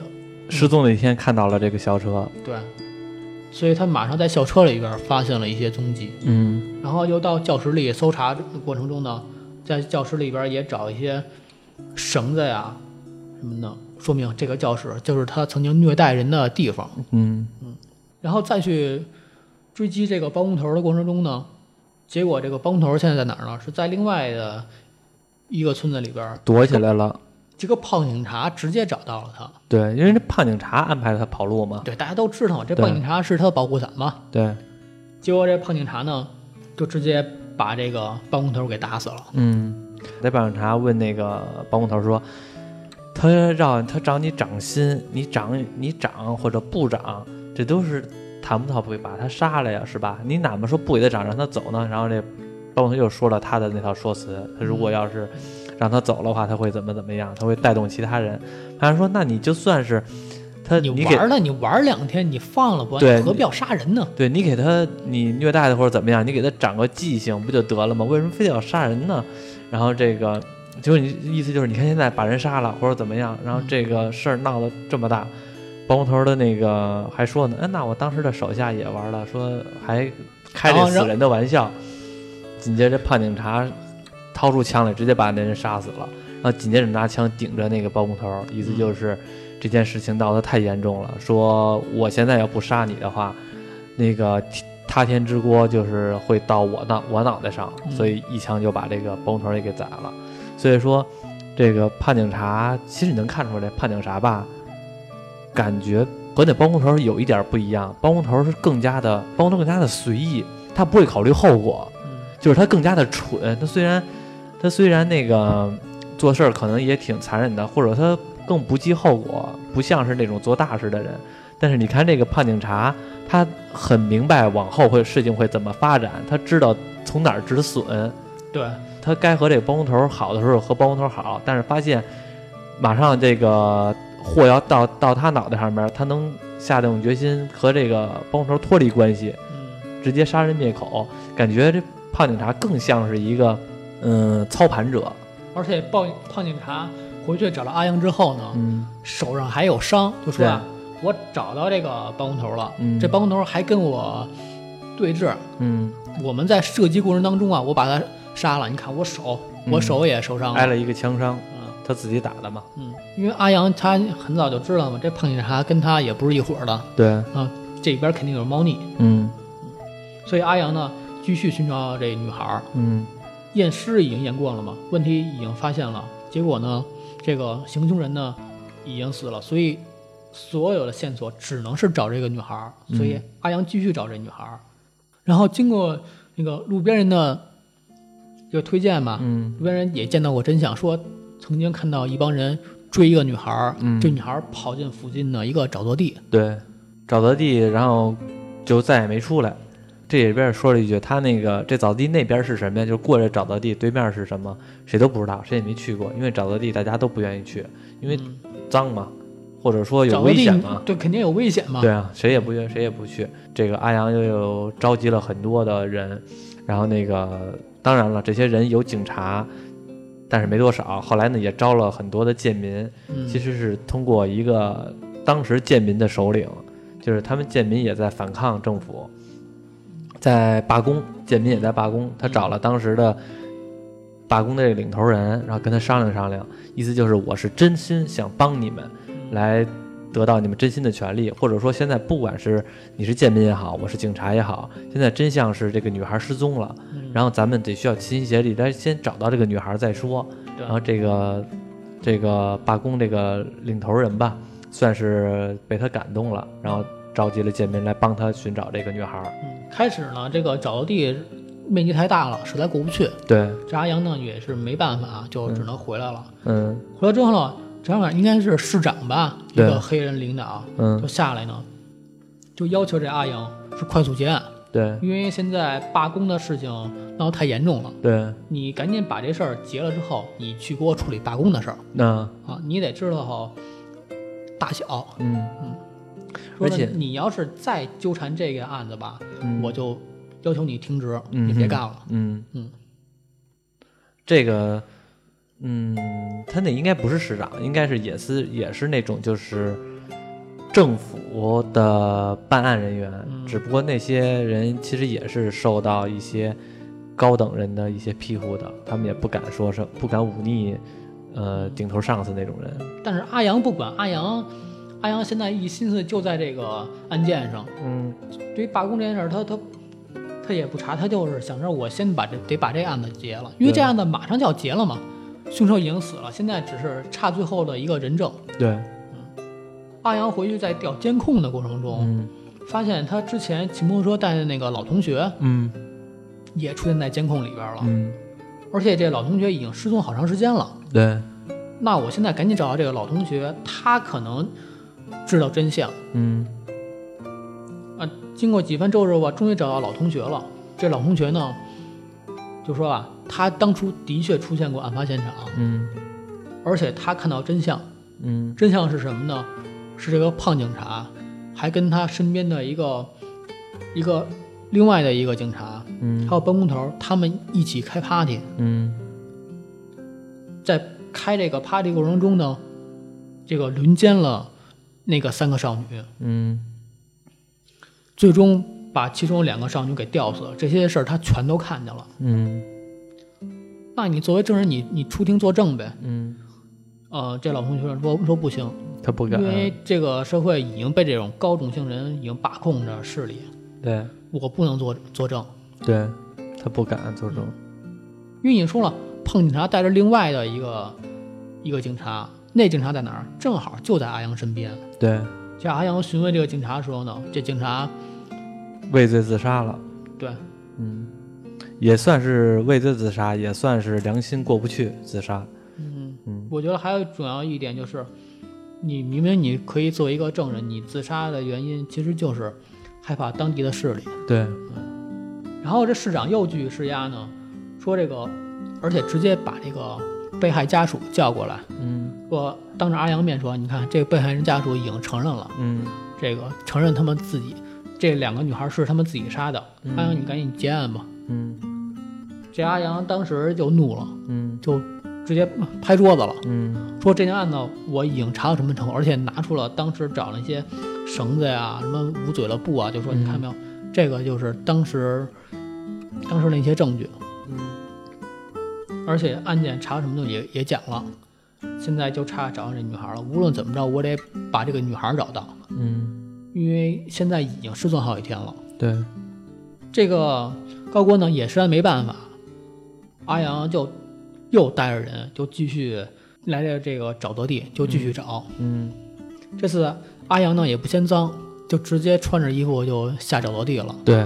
失踪那天看到了这个校车，对，所以他马上在校车里边发现了一些踪迹，嗯然后又到教室里搜查的过程中呢，在教室里边也找一些绳子呀什么的，说明这个教室就是他曾经虐待人的地方。嗯然后再去追击这个包工头的过程中呢，结果这个包工头现在在哪儿呢？是在另外的一个村子里边，躲起来了，这个胖警察直接找到了他。对，因为这胖警察安排他跑路嘛，对，大家都知道这对胖警察是他的保护伞嘛。对，结果这胖警察呢，就直接把这个包工头给打死了。嗯，那胖警察问那个包工头说，他让他长你掌心，你长你长或者不长，这都是谈不到会把他杀了呀，是吧？你哪怕说不给他长，让他走呢？然后这包工头又说了他的那套说辞，他嗯如果要是让他走的话，他会怎么怎么样？他会带动其他人。他说，那你就算是他，你给玩了，你玩两天，你放了不？对你何必要杀人呢？对你给他你虐待他或者怎么样，你给他长个记性不就得了吗？为什么非得要杀人呢？然后这个就是你意思就是你看现在把人杀了或者怎么样，然后嗯这个事儿闹得这么大，包工头的那个还说呢，哎，那我当时的手下也玩了，说还开然这后让死人的玩笑。紧接着胖警察掏出枪来，直接把那人杀死了。然后紧接着拿枪顶着那个包工头，意思嗯就是这件事情闹得太严重了，说我现在要不杀你的话，那个塌天之锅就是会到我脑我脑袋上，嗯所以一枪就把这个包工头也给宰了。所以说，这个胖警察其实你能看出来，胖警察吧，感觉和那包工头有一点不一样，包工头是更加的包工头更加的随意，他不会考虑后果。嗯，就是他更加的蠢。他虽然他虽然那个做事儿可能也挺残忍的，或者他更不计后果，不像是那种做大事的人。但是你看这个胖警察，他很明白往后会事情会怎么发展，他知道从哪儿止损，对，他该和这个包工头好的时候和包工头好，但是发现马上这个祸要到到他脑袋上面，他能下定决心和这个包工头脱离关系，嗯，直接杀人灭口，感觉这胖警察更像是一个嗯操盘者，而且报胖警察回去找到阿阳之后呢，嗯手上还有伤，就说啊，我找到这个包工头了，嗯这包工头还跟我对峙，嗯，我们在射击过程当中啊，我把他杀了，你看我手，我嗯手也受伤挨了，了一个枪伤，嗯。他自己打的嘛，嗯，因为阿阳他很早就知道嘛，这胖警察跟他也不是一伙儿的，对，啊，这里边肯定有猫腻，嗯所以阿阳呢继续寻找这女孩儿。嗯验尸已经验过了嘛，问题已经发现了，结果呢，这个行凶人呢已经死了，所以所有的线索只能是找这个女孩儿。嗯所以阿阳继续找这女孩儿，然后经过那个路边人的这个推荐嘛，嗯路边人也见到过真相，说曾经看到一帮人追一个女孩儿，嗯这女孩儿跑进附近的一个沼泽地，对，沼泽地，然后就再也没出来。这里边说了一句，他那个这沼泽地那边是什么呀？就是过这沼泽地对面是什么，谁都不知道，谁也没去过，因为沼泽地大家都不愿意去，因为嗯脏嘛，或者说有沼泽危地险嘛。对，肯定有危险嘛，对啊，谁也不约，谁也不去。这个阿阳又有召集了很多的人，然后那个当然了，这些人有警察，但是没多少。后来呢，也招了很多的贱民，嗯其实是通过一个当时贱民的首领，就是他们贱民也在反抗政府，在罢工，贱民也在罢工，他找了当时的罢工的这个领头人，然后跟他商量商量，意思就是我是真心想帮你们，来得到你们真心的权利，或者说现在不管是你是贱民也好，我是警察也好，现在真相是这个女孩失踪了，嗯然后咱们得需要齐心协力来先找到这个女孩再说，对然后这个这个罢工这个领头人吧，算是被他感动了，然后召集了贱民来帮他寻找这个女孩。嗯开始呢，这个找到地面积太大了，实在过不去，对，这阿阳呢也是没办法，啊就只能回来了。嗯回来之后呢，张远应该是市长吧，一对个黑人领导，就嗯，下来呢，就要求这阿阳是快速结案，对因为现在罢工的事情闹得太严重了，对，你赶紧把这事儿结了之后，你去给我处理罢工的事儿那啊，你得知道好大小。嗯说而呢且，你要是再纠缠这个案子吧，嗯我就要求你停职，嗯你别干了。嗯嗯，这个，嗯，他那应该不是市长，应该是也是也是那种就是政府的办案人员，嗯只不过那些人其实也是受到一些高等人的一些庇护的，他们也不敢说是不敢忤逆，呃，顶头上司那种人。但是阿阳不管，阿阳，阿阳现在一心思就在这个案件上。嗯对于罢工这件事儿，他他他也不查，他就是想着我先把这得把这案子结了，因为对这案子马上就要结了嘛，凶手已经死了，现在只是差最后的一个人证。对，阿阳回去在调监控的过程中，嗯发现他之前骑摩托车带的那个老同学嗯也出现在监控里边了，嗯，而且这老同学已经失踪好长时间了。对，那我现在赶紧找到这个老同学，他可能知道真相嗯啊。经过几番周折吧，终于找到老同学了。这老同学呢，就说啊，他当初的确出现过案发现场，嗯而且他看到真相。嗯真相是什么呢？是这个胖警察，还跟他身边的一个一个另外的一个警察，嗯还有包工头，他们一起开 party。嗯在开这个 party 过程中呢，这个轮奸了那个三个少女，嗯，最终把其中两个少女给吊死了。这些事儿他全都看见了。嗯那你作为证人，你你出庭作证呗。嗯，呃，这老同学说说不行，他不敢因，为这个社会已经被这种高种姓人已经把控着势力，对我不能作作证。对，他不敢做这种，因为你说了，胖警察带着另外的一个一个警察，那警察在哪儿？正好就在阿阳身边。对。这阿阳询问这个警察的时候呢，这警察畏罪自杀了，对嗯，也算是畏罪自杀，也算是良心过不去自杀，嗯，嗯我觉得还有主要一点就是，你明明你可以作为一个证人，你自杀的原因其实就是害怕当地的势力。对，然后这市长又继续施压呢，说这个，而且直接把这个被害家属叫过来，嗯说当着阿阳面说，你看这个被害人家属已经承认了，嗯这个承认他们自己这两个女孩是他们自己杀的，阿阳你赶紧结案吧。嗯这阿阳当时就怒了，嗯就直接拍桌子了。嗯说这件案子我已经查到什么程度，而且拿出了当时找了一些绳子呀、什么捂嘴的布啊，就说嗯你看没有，这个就是当时当时那些证据，嗯而且案件查什么的也也讲了，现在就差找到这女孩了。无论怎么着，我得把这个女孩找到，嗯，因为现在已经失踪好几天了。对，嗯这个高郭呢也实在没办法，阿阳就又带着人就继续来到这个沼泽地，就继续找。嗯这次阿阳呢也不嫌脏，就直接穿着衣服就下沼泽地了。对，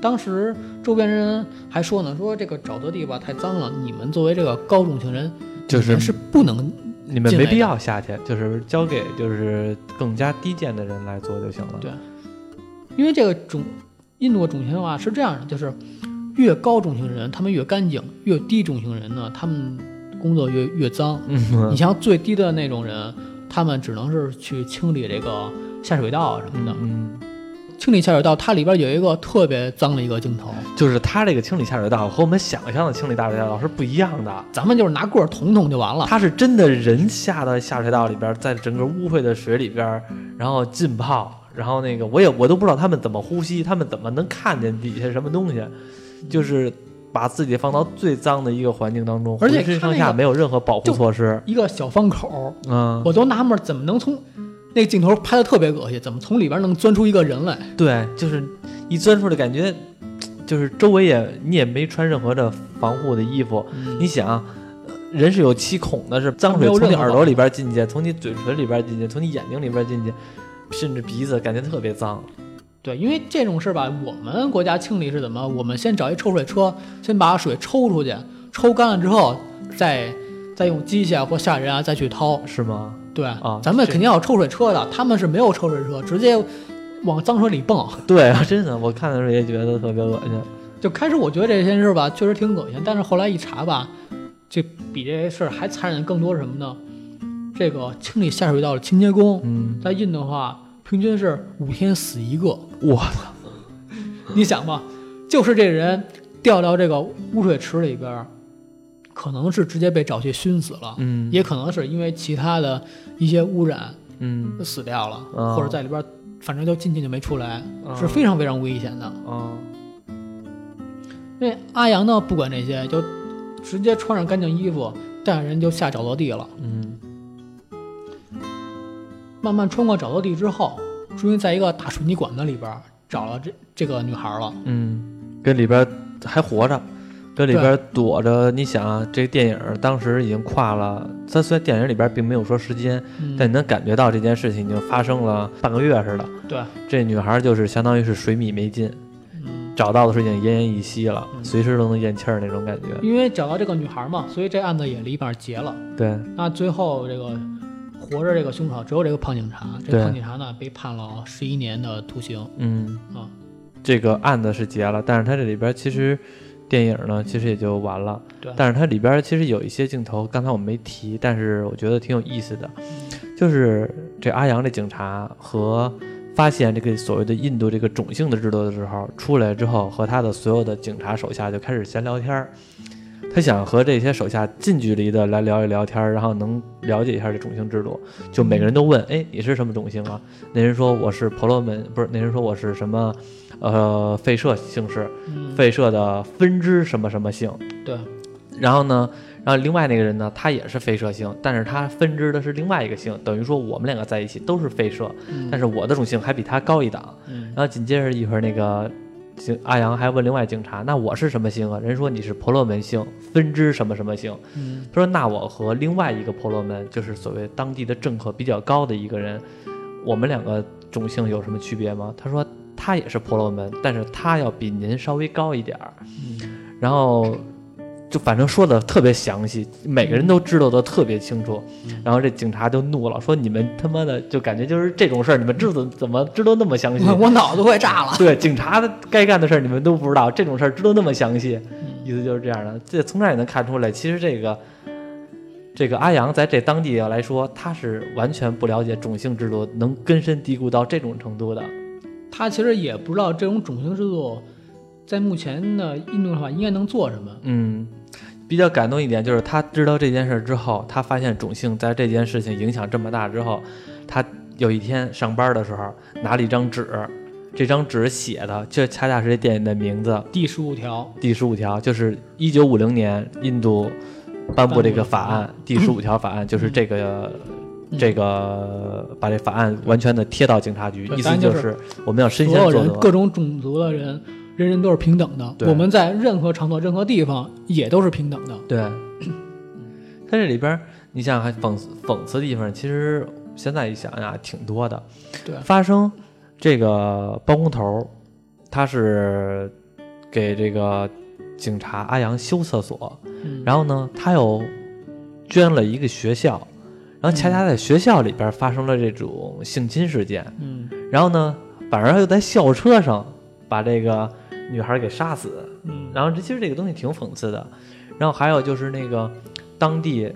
当时周边人还说呢，说这个沼泽地吧太脏了，你们作为这个高种姓人，就你是们是不能你们进没来的必要下去，就是交给就是更加低贱的人来做就行了，对因为这个种印度的种姓化是这样的，就是越高种姓人他们越干净，越低种姓人呢他们工作越越脏。嗯你像最低的那种人，他们只能是去清理这个下水道什么的。嗯清理下水道，它里边有一个特别脏的一个镜头，就是它这个清理下水道和我们想象的清理下水道是不一样的。咱们就是拿棍儿捅捅就完了。它是真的人下到下水道里边，在整个污秽的水里边，然后浸泡，然后那个我也我都不知道他们怎么呼吸，他们怎么能看见底下什么东西，就是把自己放到最脏的一个环境当中，而且浑身它那上下个没有任何保护就措施。一个小方口，嗯，我都纳闷儿怎么能从那镜头拍的特别恶心，怎么从里边能钻出一个人来？对，就是一钻出来，感觉就是周围也你也没穿任何的防护的衣服。你想，呃人是有七孔的，是脏水没有从你任何耳保朵护里边进去，从你嘴唇里边进去，从你眼睛里边进去，甚至鼻子，感觉特别脏。对，因为这种事儿吧，我们国家清理是怎么？我们先找一抽水车，先把水抽出去，抽干了之后，再再用机械或下人啊再去掏。是吗？ [laughs] 对，啊咱们这肯定要有抽水车的，他们是没有抽水车，直接往脏水里蹦。 [laughs] 对啊，真的，我看的时候也觉得特别恶心。就开始我觉得这件事儿吧，确实挺恶心，但是后来一查吧，这比这事儿还残忍的更多是什么呢？这个清理下水道的清洁工，嗯，在印度的话，平均是五天死一个。我操，你想吧，就是这人掉到这个污水池里边儿，可能是直接被沼气熏死了，嗯也可能是因为其他的一些污染嗯死掉了，啊或者在里边儿，反正就进去就没出来，啊是非常非常危险的。啊，那阿阳呢，不管这些，就直接穿上干净衣服，带上人就下沼泽地了。嗯慢慢穿过沼泽地之后，终于在一个大水泥管子里边儿找了这这个女孩了。嗯，跟里边还活着。跟里边躲着，你想啊，这电影当时已经跨了，它虽然电影里边并没有说时间，嗯，但你能感觉到这件事情已经发生了半个月似的。对，这女孩就是相当于是水米没进，嗯，找到的时候已经奄奄一息了，嗯随时都能咽气儿那种感觉。因为找到这个女孩嘛，所以这案子也离一半结了。对，那最后这个活着这个凶手只有这个胖警察，这对个胖警察呢被判了十一年的徒刑嗯，啊。这个案子是结了，但是它这里边其实电影呢，其实也就完了。对，但是它里边其实有一些镜头，刚才我没提，但是我觉得挺有意思的，就是这阿阳这警察和发现这个所谓的印度这个种姓的制度的时候，出来之后和他的所有的警察手下就开始闲聊天儿。他想和这些手下近距离的来聊一聊天儿，然后能了解一下这种姓制度。就每个人都问：“哎，你是什么种姓啊？”那人说：“我是婆罗门，不是。”那人说：“我是什么？呃，吠舍姓氏，嗯，吠舍的分支什么什么姓。”对，然后呢，然后另外那个人呢，他也是吠舍姓，但是他分支的是另外一个姓，等于说我们两个在一起都是吠舍，嗯但是我的种姓还比他高一档。嗯然后紧接着一会儿那个警阿阳还问另外警察，那我是什么姓啊？人说你是婆罗门姓，分支什么什么姓。嗯他说那我和另外一个婆罗门，就是所谓当地的政客比较高的一个人，我们两个种姓有什么区别吗？他说他也是婆罗门，但是他要比您稍微高一点儿。嗯然后就反正说的特别详细，每个人都知道的特别清楚。嗯然后这警察就怒了，说你们他妈的就感觉就是这种事儿，你们知道怎么知道那么详细？我我脑子快炸了。 [laughs] 对，警察的该干的事儿你们都不知道，这种事儿知道那么详细，嗯意思就是这样的。这从这儿也能看出来，其实这个。这个阿阳在这当地来说，他是完全不了解种姓制度，能根深蒂固到这种程度的。他其实也不知道这种种姓制度在目前的印度的话应该能做什么。嗯，比较感动一点就是他知道这件事之后，他发现种姓在这件事情影响这么大之后，他有一天上班的时候拿了一张纸，这张纸写的这恰恰是这电影的名字第十五条，第十五条，就是一九五零年印度颁布这个法颁案第十五条法案，就是这个。嗯这个把这法案完全的贴到警察局，对意当思然就就是是我们要所身先有作人则各。种种族的人，人人都是平等的。对我们在任何场所、任何地方也都是平等的。对， [clears throat] 它这里边儿，你想还讽刺讽刺的地方，其实现在一想呀，挺多的。对发生这个包工头儿，他是给这个警察阿阳修厕所，嗯，然后呢，他又捐了一个学校，然后恰恰在学校里边儿发生了这种性侵事件，嗯然后呢，反而又在校车上把这个女孩儿给杀死。嗯然后这其实这个东西挺讽刺的。然后还有就是那个当地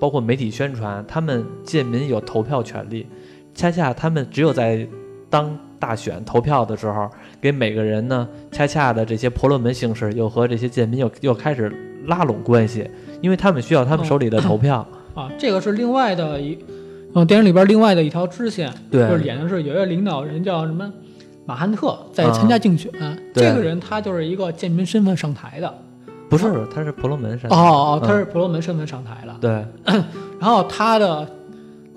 包括媒体宣传，他们贱民有投票权利，恰恰他们只有在当大选投票的时候，给每个人呢，恰恰的这些婆罗门形式又和这些贱民又又开始拉拢关系，因为他们需要他们手里的投票。啊，这个是另外的一，嗯，电影里边另外的一条支线，对就是演的是有一个领导人叫什么马汉特，在参加竞选，嗯对这个人他就是一个贱民身份上台的，不是，他是婆罗门山。哦哦，嗯他是婆罗门身份上台了，对，然后他的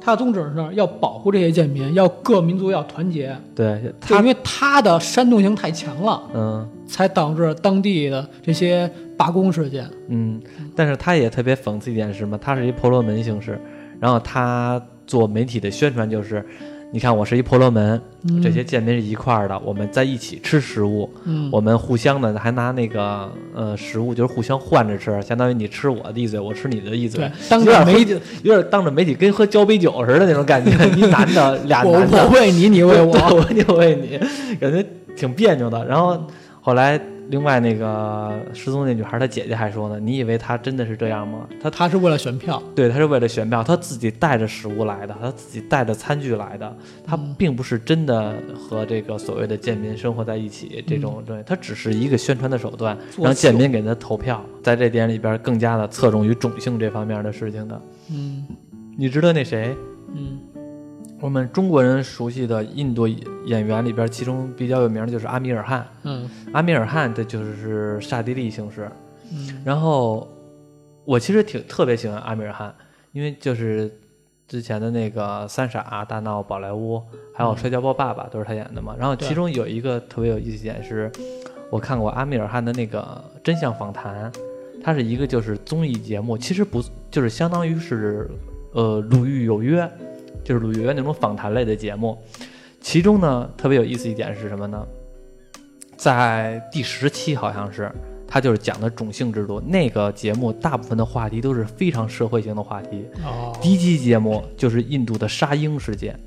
他的宗旨是要保护这些贱民，要各民族要团结，对就他因，为他的煽动性太强了，嗯才导致当地的这些罢工事件，嗯，但是他也特别讽刺一点是什么？他是一婆罗门形式，然后他做媒体的宣传就是，你看我是一婆罗门，嗯这些贱民是一块儿的，我们在一起吃食物，嗯，我们互相的还拿那个呃食物就是互相换着吃，相当于你吃我的一嘴，我吃你的一嘴对，，当有着点媒媒体，有点当着媒体跟喝交杯酒似的那种感 [laughs] 觉，一男的俩我男的，我喂你，你喂我， [laughs] 对我 [laughs] 就喂你，感觉挺别扭的。然后后来，另外那个失踪那女孩，她姐姐还说呢：“你以为她真的是这样吗？她他是为了选票，对，她是为了选票，她自己带着食物来的，她自己带着餐具来的，她嗯并不是真的和这个所谓的贱民生活在一起。这种对，她只是一个宣传的手段，作让贱秀民给她投票。在这点里边，更加的侧重于种姓这方面的事情的。嗯你知道那谁？嗯我们中国人熟悉的印度演员里边，其中比较有名的就是阿米尔汗。嗯阿米尔汗这就是刹帝利形式。嗯然后我其实挺特别喜欢阿米尔汗，因为就是之前的那个《三傻》《大闹宝莱坞》还有《摔跤吧爸爸》都是他演的嘛。然后其对中有一个特别有意思一点是，我看过阿米尔汗的那个真相访谈，它是一个就是综艺节目，其实不就是相当于是呃《鲁豫有约》，就是《鲁豫有约》那种访谈类的节目。其中呢，特别有意思一点是什么呢？在第十期好像是，他就是讲的种姓制度。那个节目大部分的话题都是非常社会性的话题。哦，第一期节目就是印度的杀婴事件，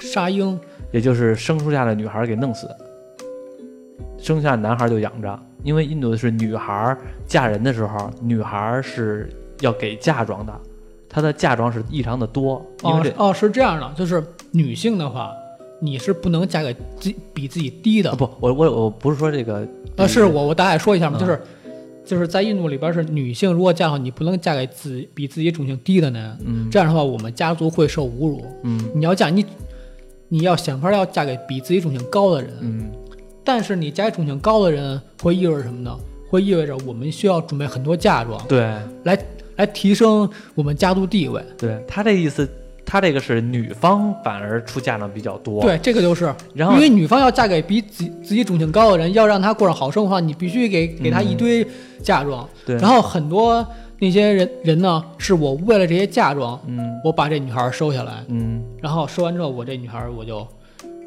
沙鹰，也就是生出下的女孩给弄死，生下男孩就养着。因为印度是女孩嫁人的时候，女孩是要给嫁妆的，她的嫁妆是异常的多，因为哦这、哦是这样的，就是女性的话，你是不能嫁给自己比自己低的啊，不，我我我不是说这个啊，是我我大概说一下嘛，嗯就是就是在印度里边是女性如果嫁后，你不能嫁给自己比自己种姓低的人，嗯这样的话我们家族会受侮辱。嗯你要嫁你你要想法要嫁给比自己种姓高的人，嗯但是你嫁给种姓高的人会意味着什么呢？会意味着我们需要准备很多嫁妆对。来来提升我们家族地位。对他这意思，他这个是女方反而出嫁妆比较多。，对，这个就是，然后因为女方要嫁给比自己自己种姓高的人，要让她过上好生活的话，你必须给给她一堆嫁妆。嗯对然后很多那些人人呢，是我为了这些嫁妆，嗯我把这女孩儿收下来，嗯然后收完之后，我这女孩儿我就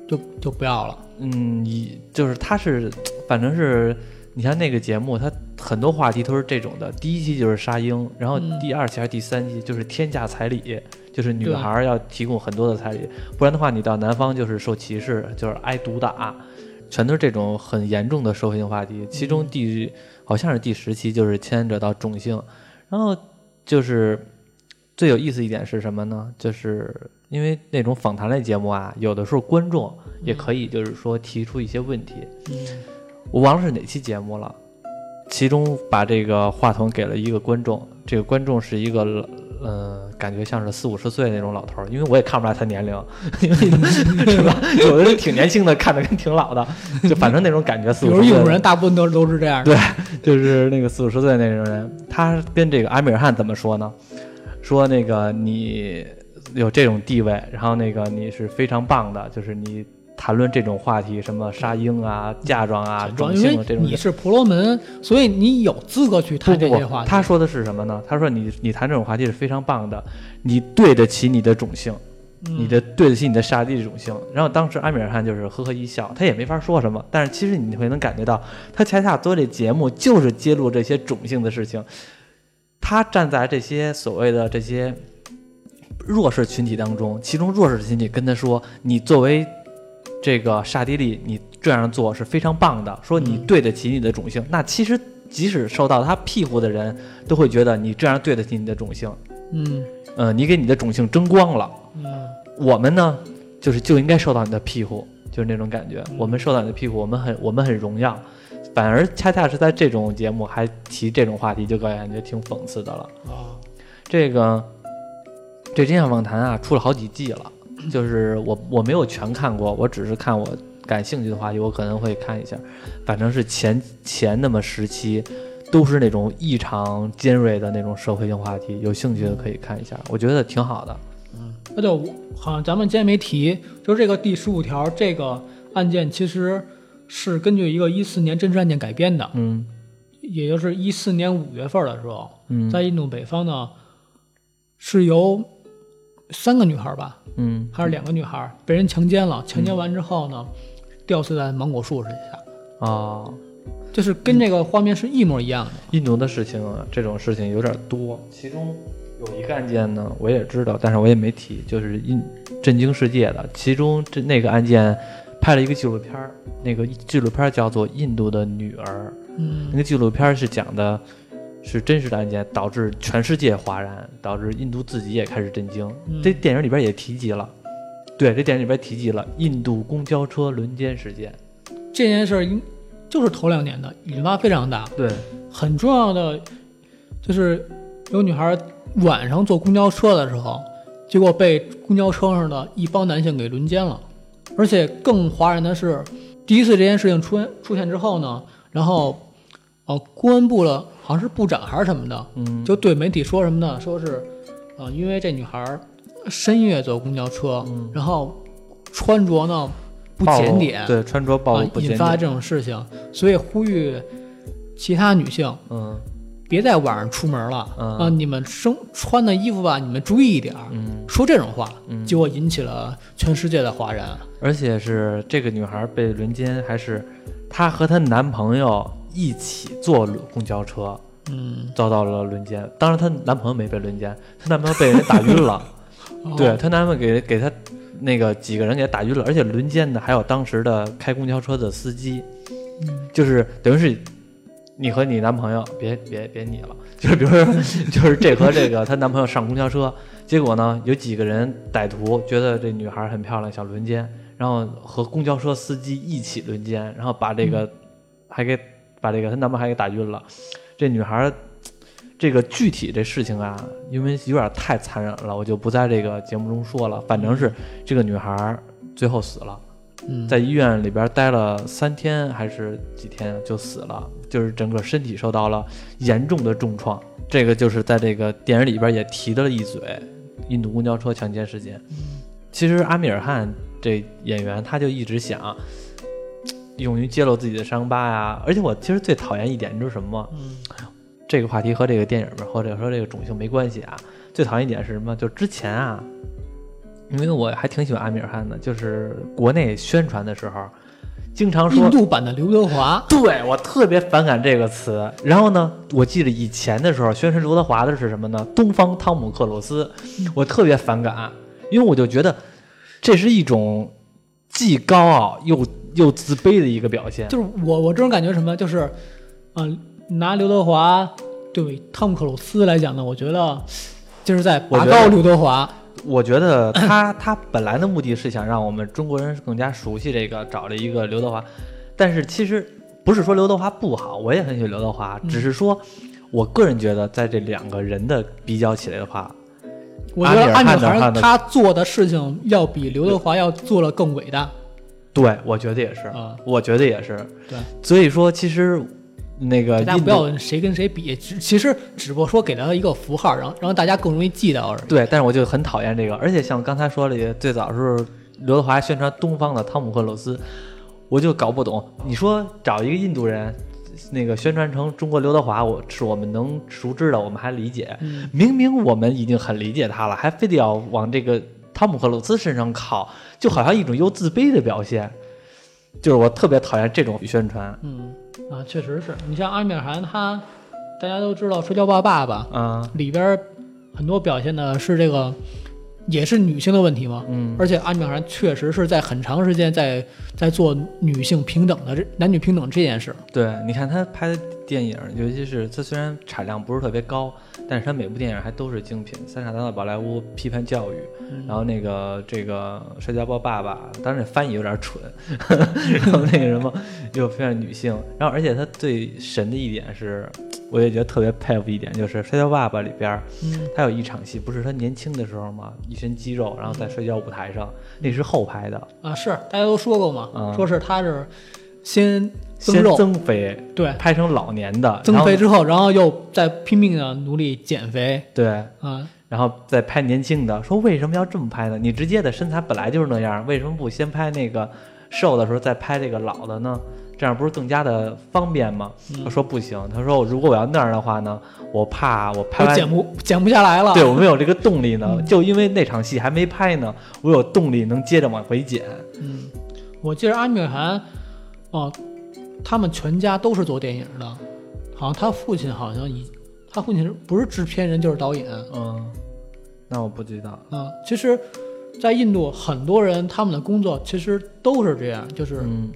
就就不要了。嗯，以就是他是，反正是你看那个节目，他很多话题都是这种的。第一期就是杀婴，然后嗯第二期还是第三期就是天价彩礼，就是女对孩儿要提供很多的彩礼，不然的话你到南方就是受歧视，就是挨毒打。全都是这种很严重的社会性话题，其中第、好像是第十期就是牵扯到种姓，然后就是最有意思一点是什么呢？就是因为那种访谈类节目啊，有的时候观众也可以就是说提出一些问题。嗯我忘了是哪期节目了，其中把这个话筒给了一个观众，这个观众是一个呃，感觉像是四五十岁那种老头儿，因为我也看不出来他年龄， [laughs] 因为是吧？有的人挺年轻的，看着跟挺老的，就反正那种感觉四比五如十岁。印度人，大部分都都是这样的。就是那个四五十岁那种人，他跟这个阿米尔汗怎么说呢？说那个你有这种地位，然后那个你是非常棒的，就是你谈论这种话题，什么杀婴啊、嫁妆啊、主要种因姓啊这为种你是婆罗门，所以你有资格去谈这不些不话不，题。他说的是什么呢？他说你你谈这种话题是非常棒的，你对得起你的种姓，嗯你的对得起你的沙地种姓。然后当时阿米尔汗就是呵呵一笑，他也没法说什么，但是其实你会能感觉到，他恰恰做这节目就是揭露这些种姓的事情。他站在这些所谓的这些弱势群体当中，其中弱势群体跟他说：“你作为这个刹帝利，你这样做是非常棒的，说你对得起你的种姓。那其实即使受到他庇护的人，都会觉得你这样对得起你的种姓，嗯呃，你给你的种姓争光了。嗯我们呢，就是就应该受到你的庇护，就是那种感觉。我们受到你的屁股，我们很我们很荣耀，反而恰恰是在这种节目还提这种话题，就感觉挺讽刺的了。啊，这个这真相访谈啊，出了好几季了，就是我我没有全看过，我只是看我感兴趣的话题，我可能会看一下。反正是前前那么时期，都是那种异常尖锐的那种社会性话题，有兴趣的可以看一下，我觉得挺好的。那就我好像咱们今天没提，就是这个第十五条这个案件其实是根据一个一四年真实案件改编的，嗯也就是一四年五月份的时候，嗯在印度北方呢，是由三个女孩吧，嗯还是两个女孩被人强奸了，强奸完之后呢，吊死在芒果树之下，啊，就是跟这个画面是一模一样的。印度的事情啊，这种事情有点多。其中有一个案件呢，我也知道，但是我也没提，就是印震惊世界的。其中这那个案件拍了一个纪录片儿，那个纪录片儿叫做《印度的女儿》，嗯那个纪录片儿是讲的是真实的案件，导致全世界哗然，导致印度自己也开始震惊。嗯这电影里边也提及了，对，这电影里边提及了印度公交车轮奸事件。这件事儿应就是头两年的引发非常大，对，很重要的就是有女孩晚上坐公交车的时候，结果被公交车上的一帮男性给轮奸了，而且更哗然的是，第一次这件事情出现出现之后呢，然后呃公安部了好像是部长还是什么的，嗯，就对媒体说什么呢？说是，啊、因为这女孩儿深夜坐公交车，嗯然后穿着呢不暴检露点，对，穿着暴啊露不检引发点，这种事情，所以呼吁其他女性嗯别在晚上出门了、嗯啊！你们生穿的衣服吧，你们注意一点儿。嗯。说这种话，嗯结果引起了全世界的哗然。而且是这个女孩被轮奸，还是她和她男朋友一起坐公交车嗯，遭到了轮奸。当然，她男朋友没被轮奸，她男朋友被人打晕了。对哦，她男朋友给给她那个几个人给她打晕了，而且轮奸的还有当时的开公交车的司机，嗯就是等于是。你和你男朋友，别别别你了，就是比如说，就是这和这个她男朋友上公交车，结果呢，有几个人歹徒觉得这女孩很漂亮，想轮奸，然后和公交车司机一起轮奸，然后把这嗯个还给把这个她男朋友还给打晕了。这女孩，这个具体这事情啊，因为有点太残忍了，我就不在这个节目中说了。反正是这个女孩最后死了，嗯，在医院里边待了三天还是几天就死了，就是整个身体受到了严重的重创。这个就是在这个电影里边也提到了一嘴，印度公交车强奸事件。其实阿米尔汗这演员他就一直想。勇于揭露自己的伤疤呀、而且我其实最讨厌一点，你知道什么吗？嗯这个话题和这个电影儿或者说这个种姓没关系啊。最讨厌一点是什么？就之前啊，因为我还挺喜欢阿米尔汗的，就是国内宣传的时候，经常说印度版的刘德华，对我特别反感这个词。然后呢，我记得以前的时候宣传刘德华的是什么呢？东方汤姆克鲁斯，嗯我特别反感，啊因为我就觉得这是一种既高傲又又自卑的一个表现。就是我我这种感觉是什么，就是，啊、拿刘德华对汤姆克鲁斯来讲呢，我觉得就是在我拔觉得高刘德华。我觉得他 [clears throat] 他本来的目的是想让我们中国人更加熟悉这个，找了一个刘德华。但是其实不是说刘德华不好，我也很喜欢刘德华，嗯只是说我个人觉得，在这两个人的比较起来的话，嗯我觉得阿阿米尔汗米的尔汗的汗他做的事情要比刘德华要做了更伟大。对我觉得也是，啊我觉得也是。对，所以说其实那个大家呃印不度要谁跟谁比，只其实只不过说给了一个符号，然后让大家更容易记到而已。对，但是我就很讨厌这个，而且像刚才说的，最早是刘德华宣传东方的汤姆克鲁斯，我就搞不懂。你说找一个印度人，那个宣传成中国刘德华，我是我们能熟知的，我们还理解。嗯明明我们已经很理解他了，还非得要往这个汤姆克鲁斯身上靠，就好像一种又自卑的表现。就是我特别讨厌这种宣传。嗯啊，确实是你像阿米尔汗他，大家都知道《摔跤吧爸爸》嗯里边很多表现的是这个也是女性的问题嘛。嗯，而且阿米尔汗确实是在很长时间在在做女性平等的这男女平等这件事。对，你看他拍的电影，尤其是他虽然产量不是特别高，但是他每部电影还都是精品，《三傻大闹宝莱坞》批判教育，嗯然后那个这个《摔跤吧，爸爸》，当然这翻译有点蠢， [laughs] 然后那个什么又非常女性，然后而且他最神的一点是，我也觉得特别佩服一点，就是《摔跤爸爸》里边儿嗯他有一场戏，不是他年轻的时候嘛，一身肌肉，然后在摔跤舞台上，那是后拍的，啊，是大家都说过嘛，嗯说是他是先增先肉，增肥，对，拍成老年的，增然后肥之后，然后又再拼命的努力减肥对。啊，然后再拍年轻的，说为什么要这么拍呢？你直接的身材本来就是那样，为什么不先拍那个瘦的时候再拍这个老的呢？这样不是更加的方便吗？他说不行，他说如果我要那样的话呢，我怕我拍我完减不减不下来了。对我没有这个动力呢，就因为那场戏还没拍呢，我有动力能接着往回减。嗯，我记得阿米尔汗，哦，他们全家都是做电影的，好像他父亲好像以他父亲是不是制片人就是导演。嗯，那我不知道。啊，其实，在印度很多人他们的工作其实都是这样，就是嗯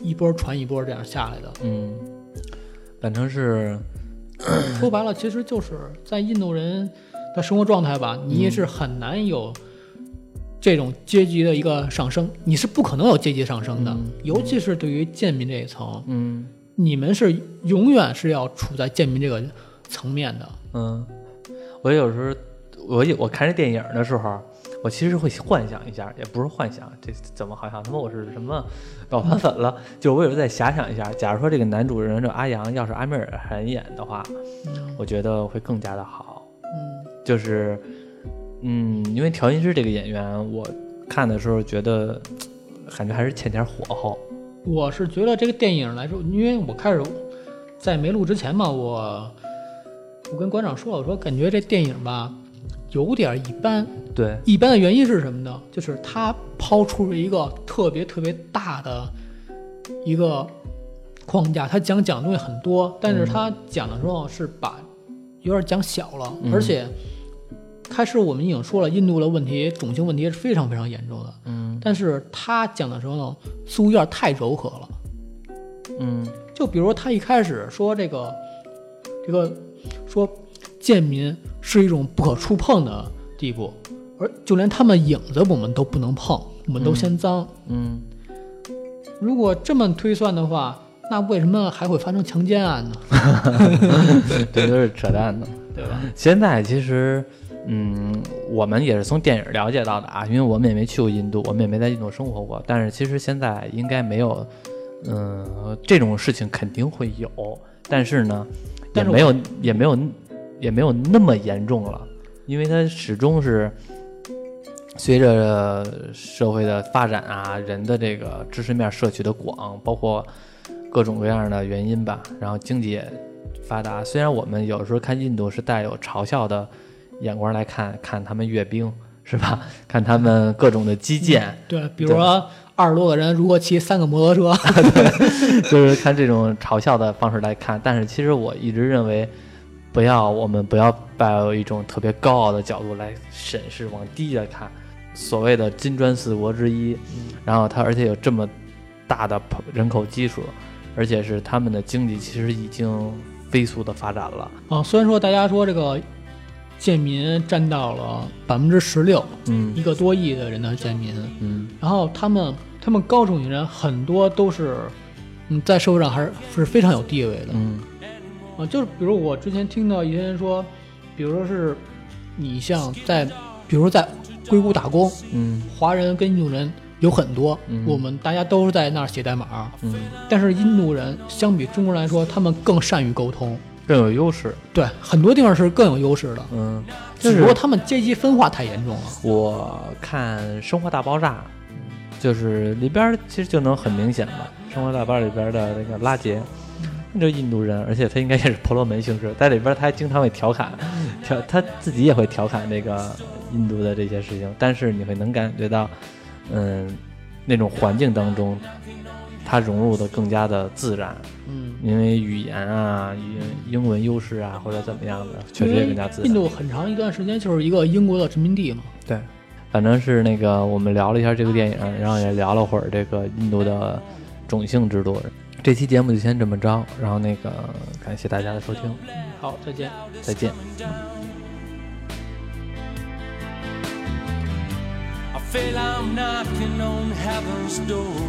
一波传一波这样下来的。嗯，反正是 [clears throat] 说白了，其实就是在印度人的生活状态吧，你也是很难有这种阶级的一个上升，你是不可能有阶级上升的，嗯尤其是对于贱民这一层，嗯。你们是永远是要处在贱民这个层面的。嗯，我有时候我有我看这电影的时候，我其实会幻想一下，也不是幻想，这怎么好像他妈我是什么老团粉了？就我有时候在遐想一下，假如说这个男主人这阿阳要是阿米尔汗演的话，我觉得会更加的好。嗯就是，嗯，因为调音师这个演员，我看的时候觉得感觉还是欠点火候。我是觉得这个电影来说，因为我开始在没录之前嘛，我我跟馆长说，我说感觉这电影吧有点一般。对，一般的原因是什么呢？就是他抛出了一个特别特别大的一个框架，他讲讲的东西很多，但嗯是他讲的时候是把有点讲小了，嗯而且开始我们已经说了，印度的问题种姓问题是非常非常严重的，嗯但是他讲的时候呢，似乎有点太柔和了。嗯就比如说他一开始说这个，这个说贱民是一种不可触碰的地步，而就连他们影子我们都不能碰，我们都嫌脏。嗯，如果这么推算的话，那为什么还会发生强奸案呢？这都是扯淡的。对吧？现在其实，嗯，我们也是从电影了解到的啊，因为我们也没去过印度，我们也没在印度生活过。但是其实现在应该没有，嗯、这种事情肯定会有，但是呢，也但是我没有，也没有，也没有那么严重了，因为它始终是。随着社会的发展啊，人的这个知识面摄取的广，包括各种各样的原因吧，然后经济也发达。虽然我们有时候看印度是带有嘲笑的眼光来看，看他们阅兵是吧？ [laughs] 看他们各种的基 [laughs] 建，对，比如说二十多个人如何骑三个摩托车，就是看这种嘲笑的方式来看。但是其实我一直认为，不要我们不要抱有一种特别高傲的角度来审视，往低的看。所谓的金砖四国之一，然后它而且有这么大的人口基数，而且是他们的经济其实已经飞速的发展了。啊，虽然说大家说这个贱民占到了百分之十六，嗯一个多亿的人的贱民，嗯然后他们他们高种族人很多都是，嗯，在社会上还是是非常有地位的嗯啊。就是比如我之前听到一些人说，比如说是你像在，比如说在硅谷打工，嗯华人跟印度人有很多，嗯我们大家都是在那儿写代码，嗯，但是印度人相比中国人来说，他们更善于沟通，更有优势。对，很多地方是更有优势的，嗯，就只是不过他们阶级分化太严重了。我看《生活大爆炸》，就是里边儿其实就能很明显吧，《生活大爆炸》里边儿的那个拉杰，那就是印度人，而且他应该也是婆罗门姓氏，在里边儿他还经常会调侃，调他自己也会调侃那个印度的这些事情，但是你会能感觉到，嗯，那种环境当中，他融入的更加的自然，嗯，因为语言啊、英英文优势啊或者怎么样的，确因实也为更加自然。印度很长一段时间就是一个英国的殖民地嘛。对，反正是那个我们聊了一下这个电影，然后也聊了会儿这个印度的种姓制度。这期节目就先这么着，然后那个感谢大家的收听，好，再见。再见。 I feel I'm knocking on heaven's door.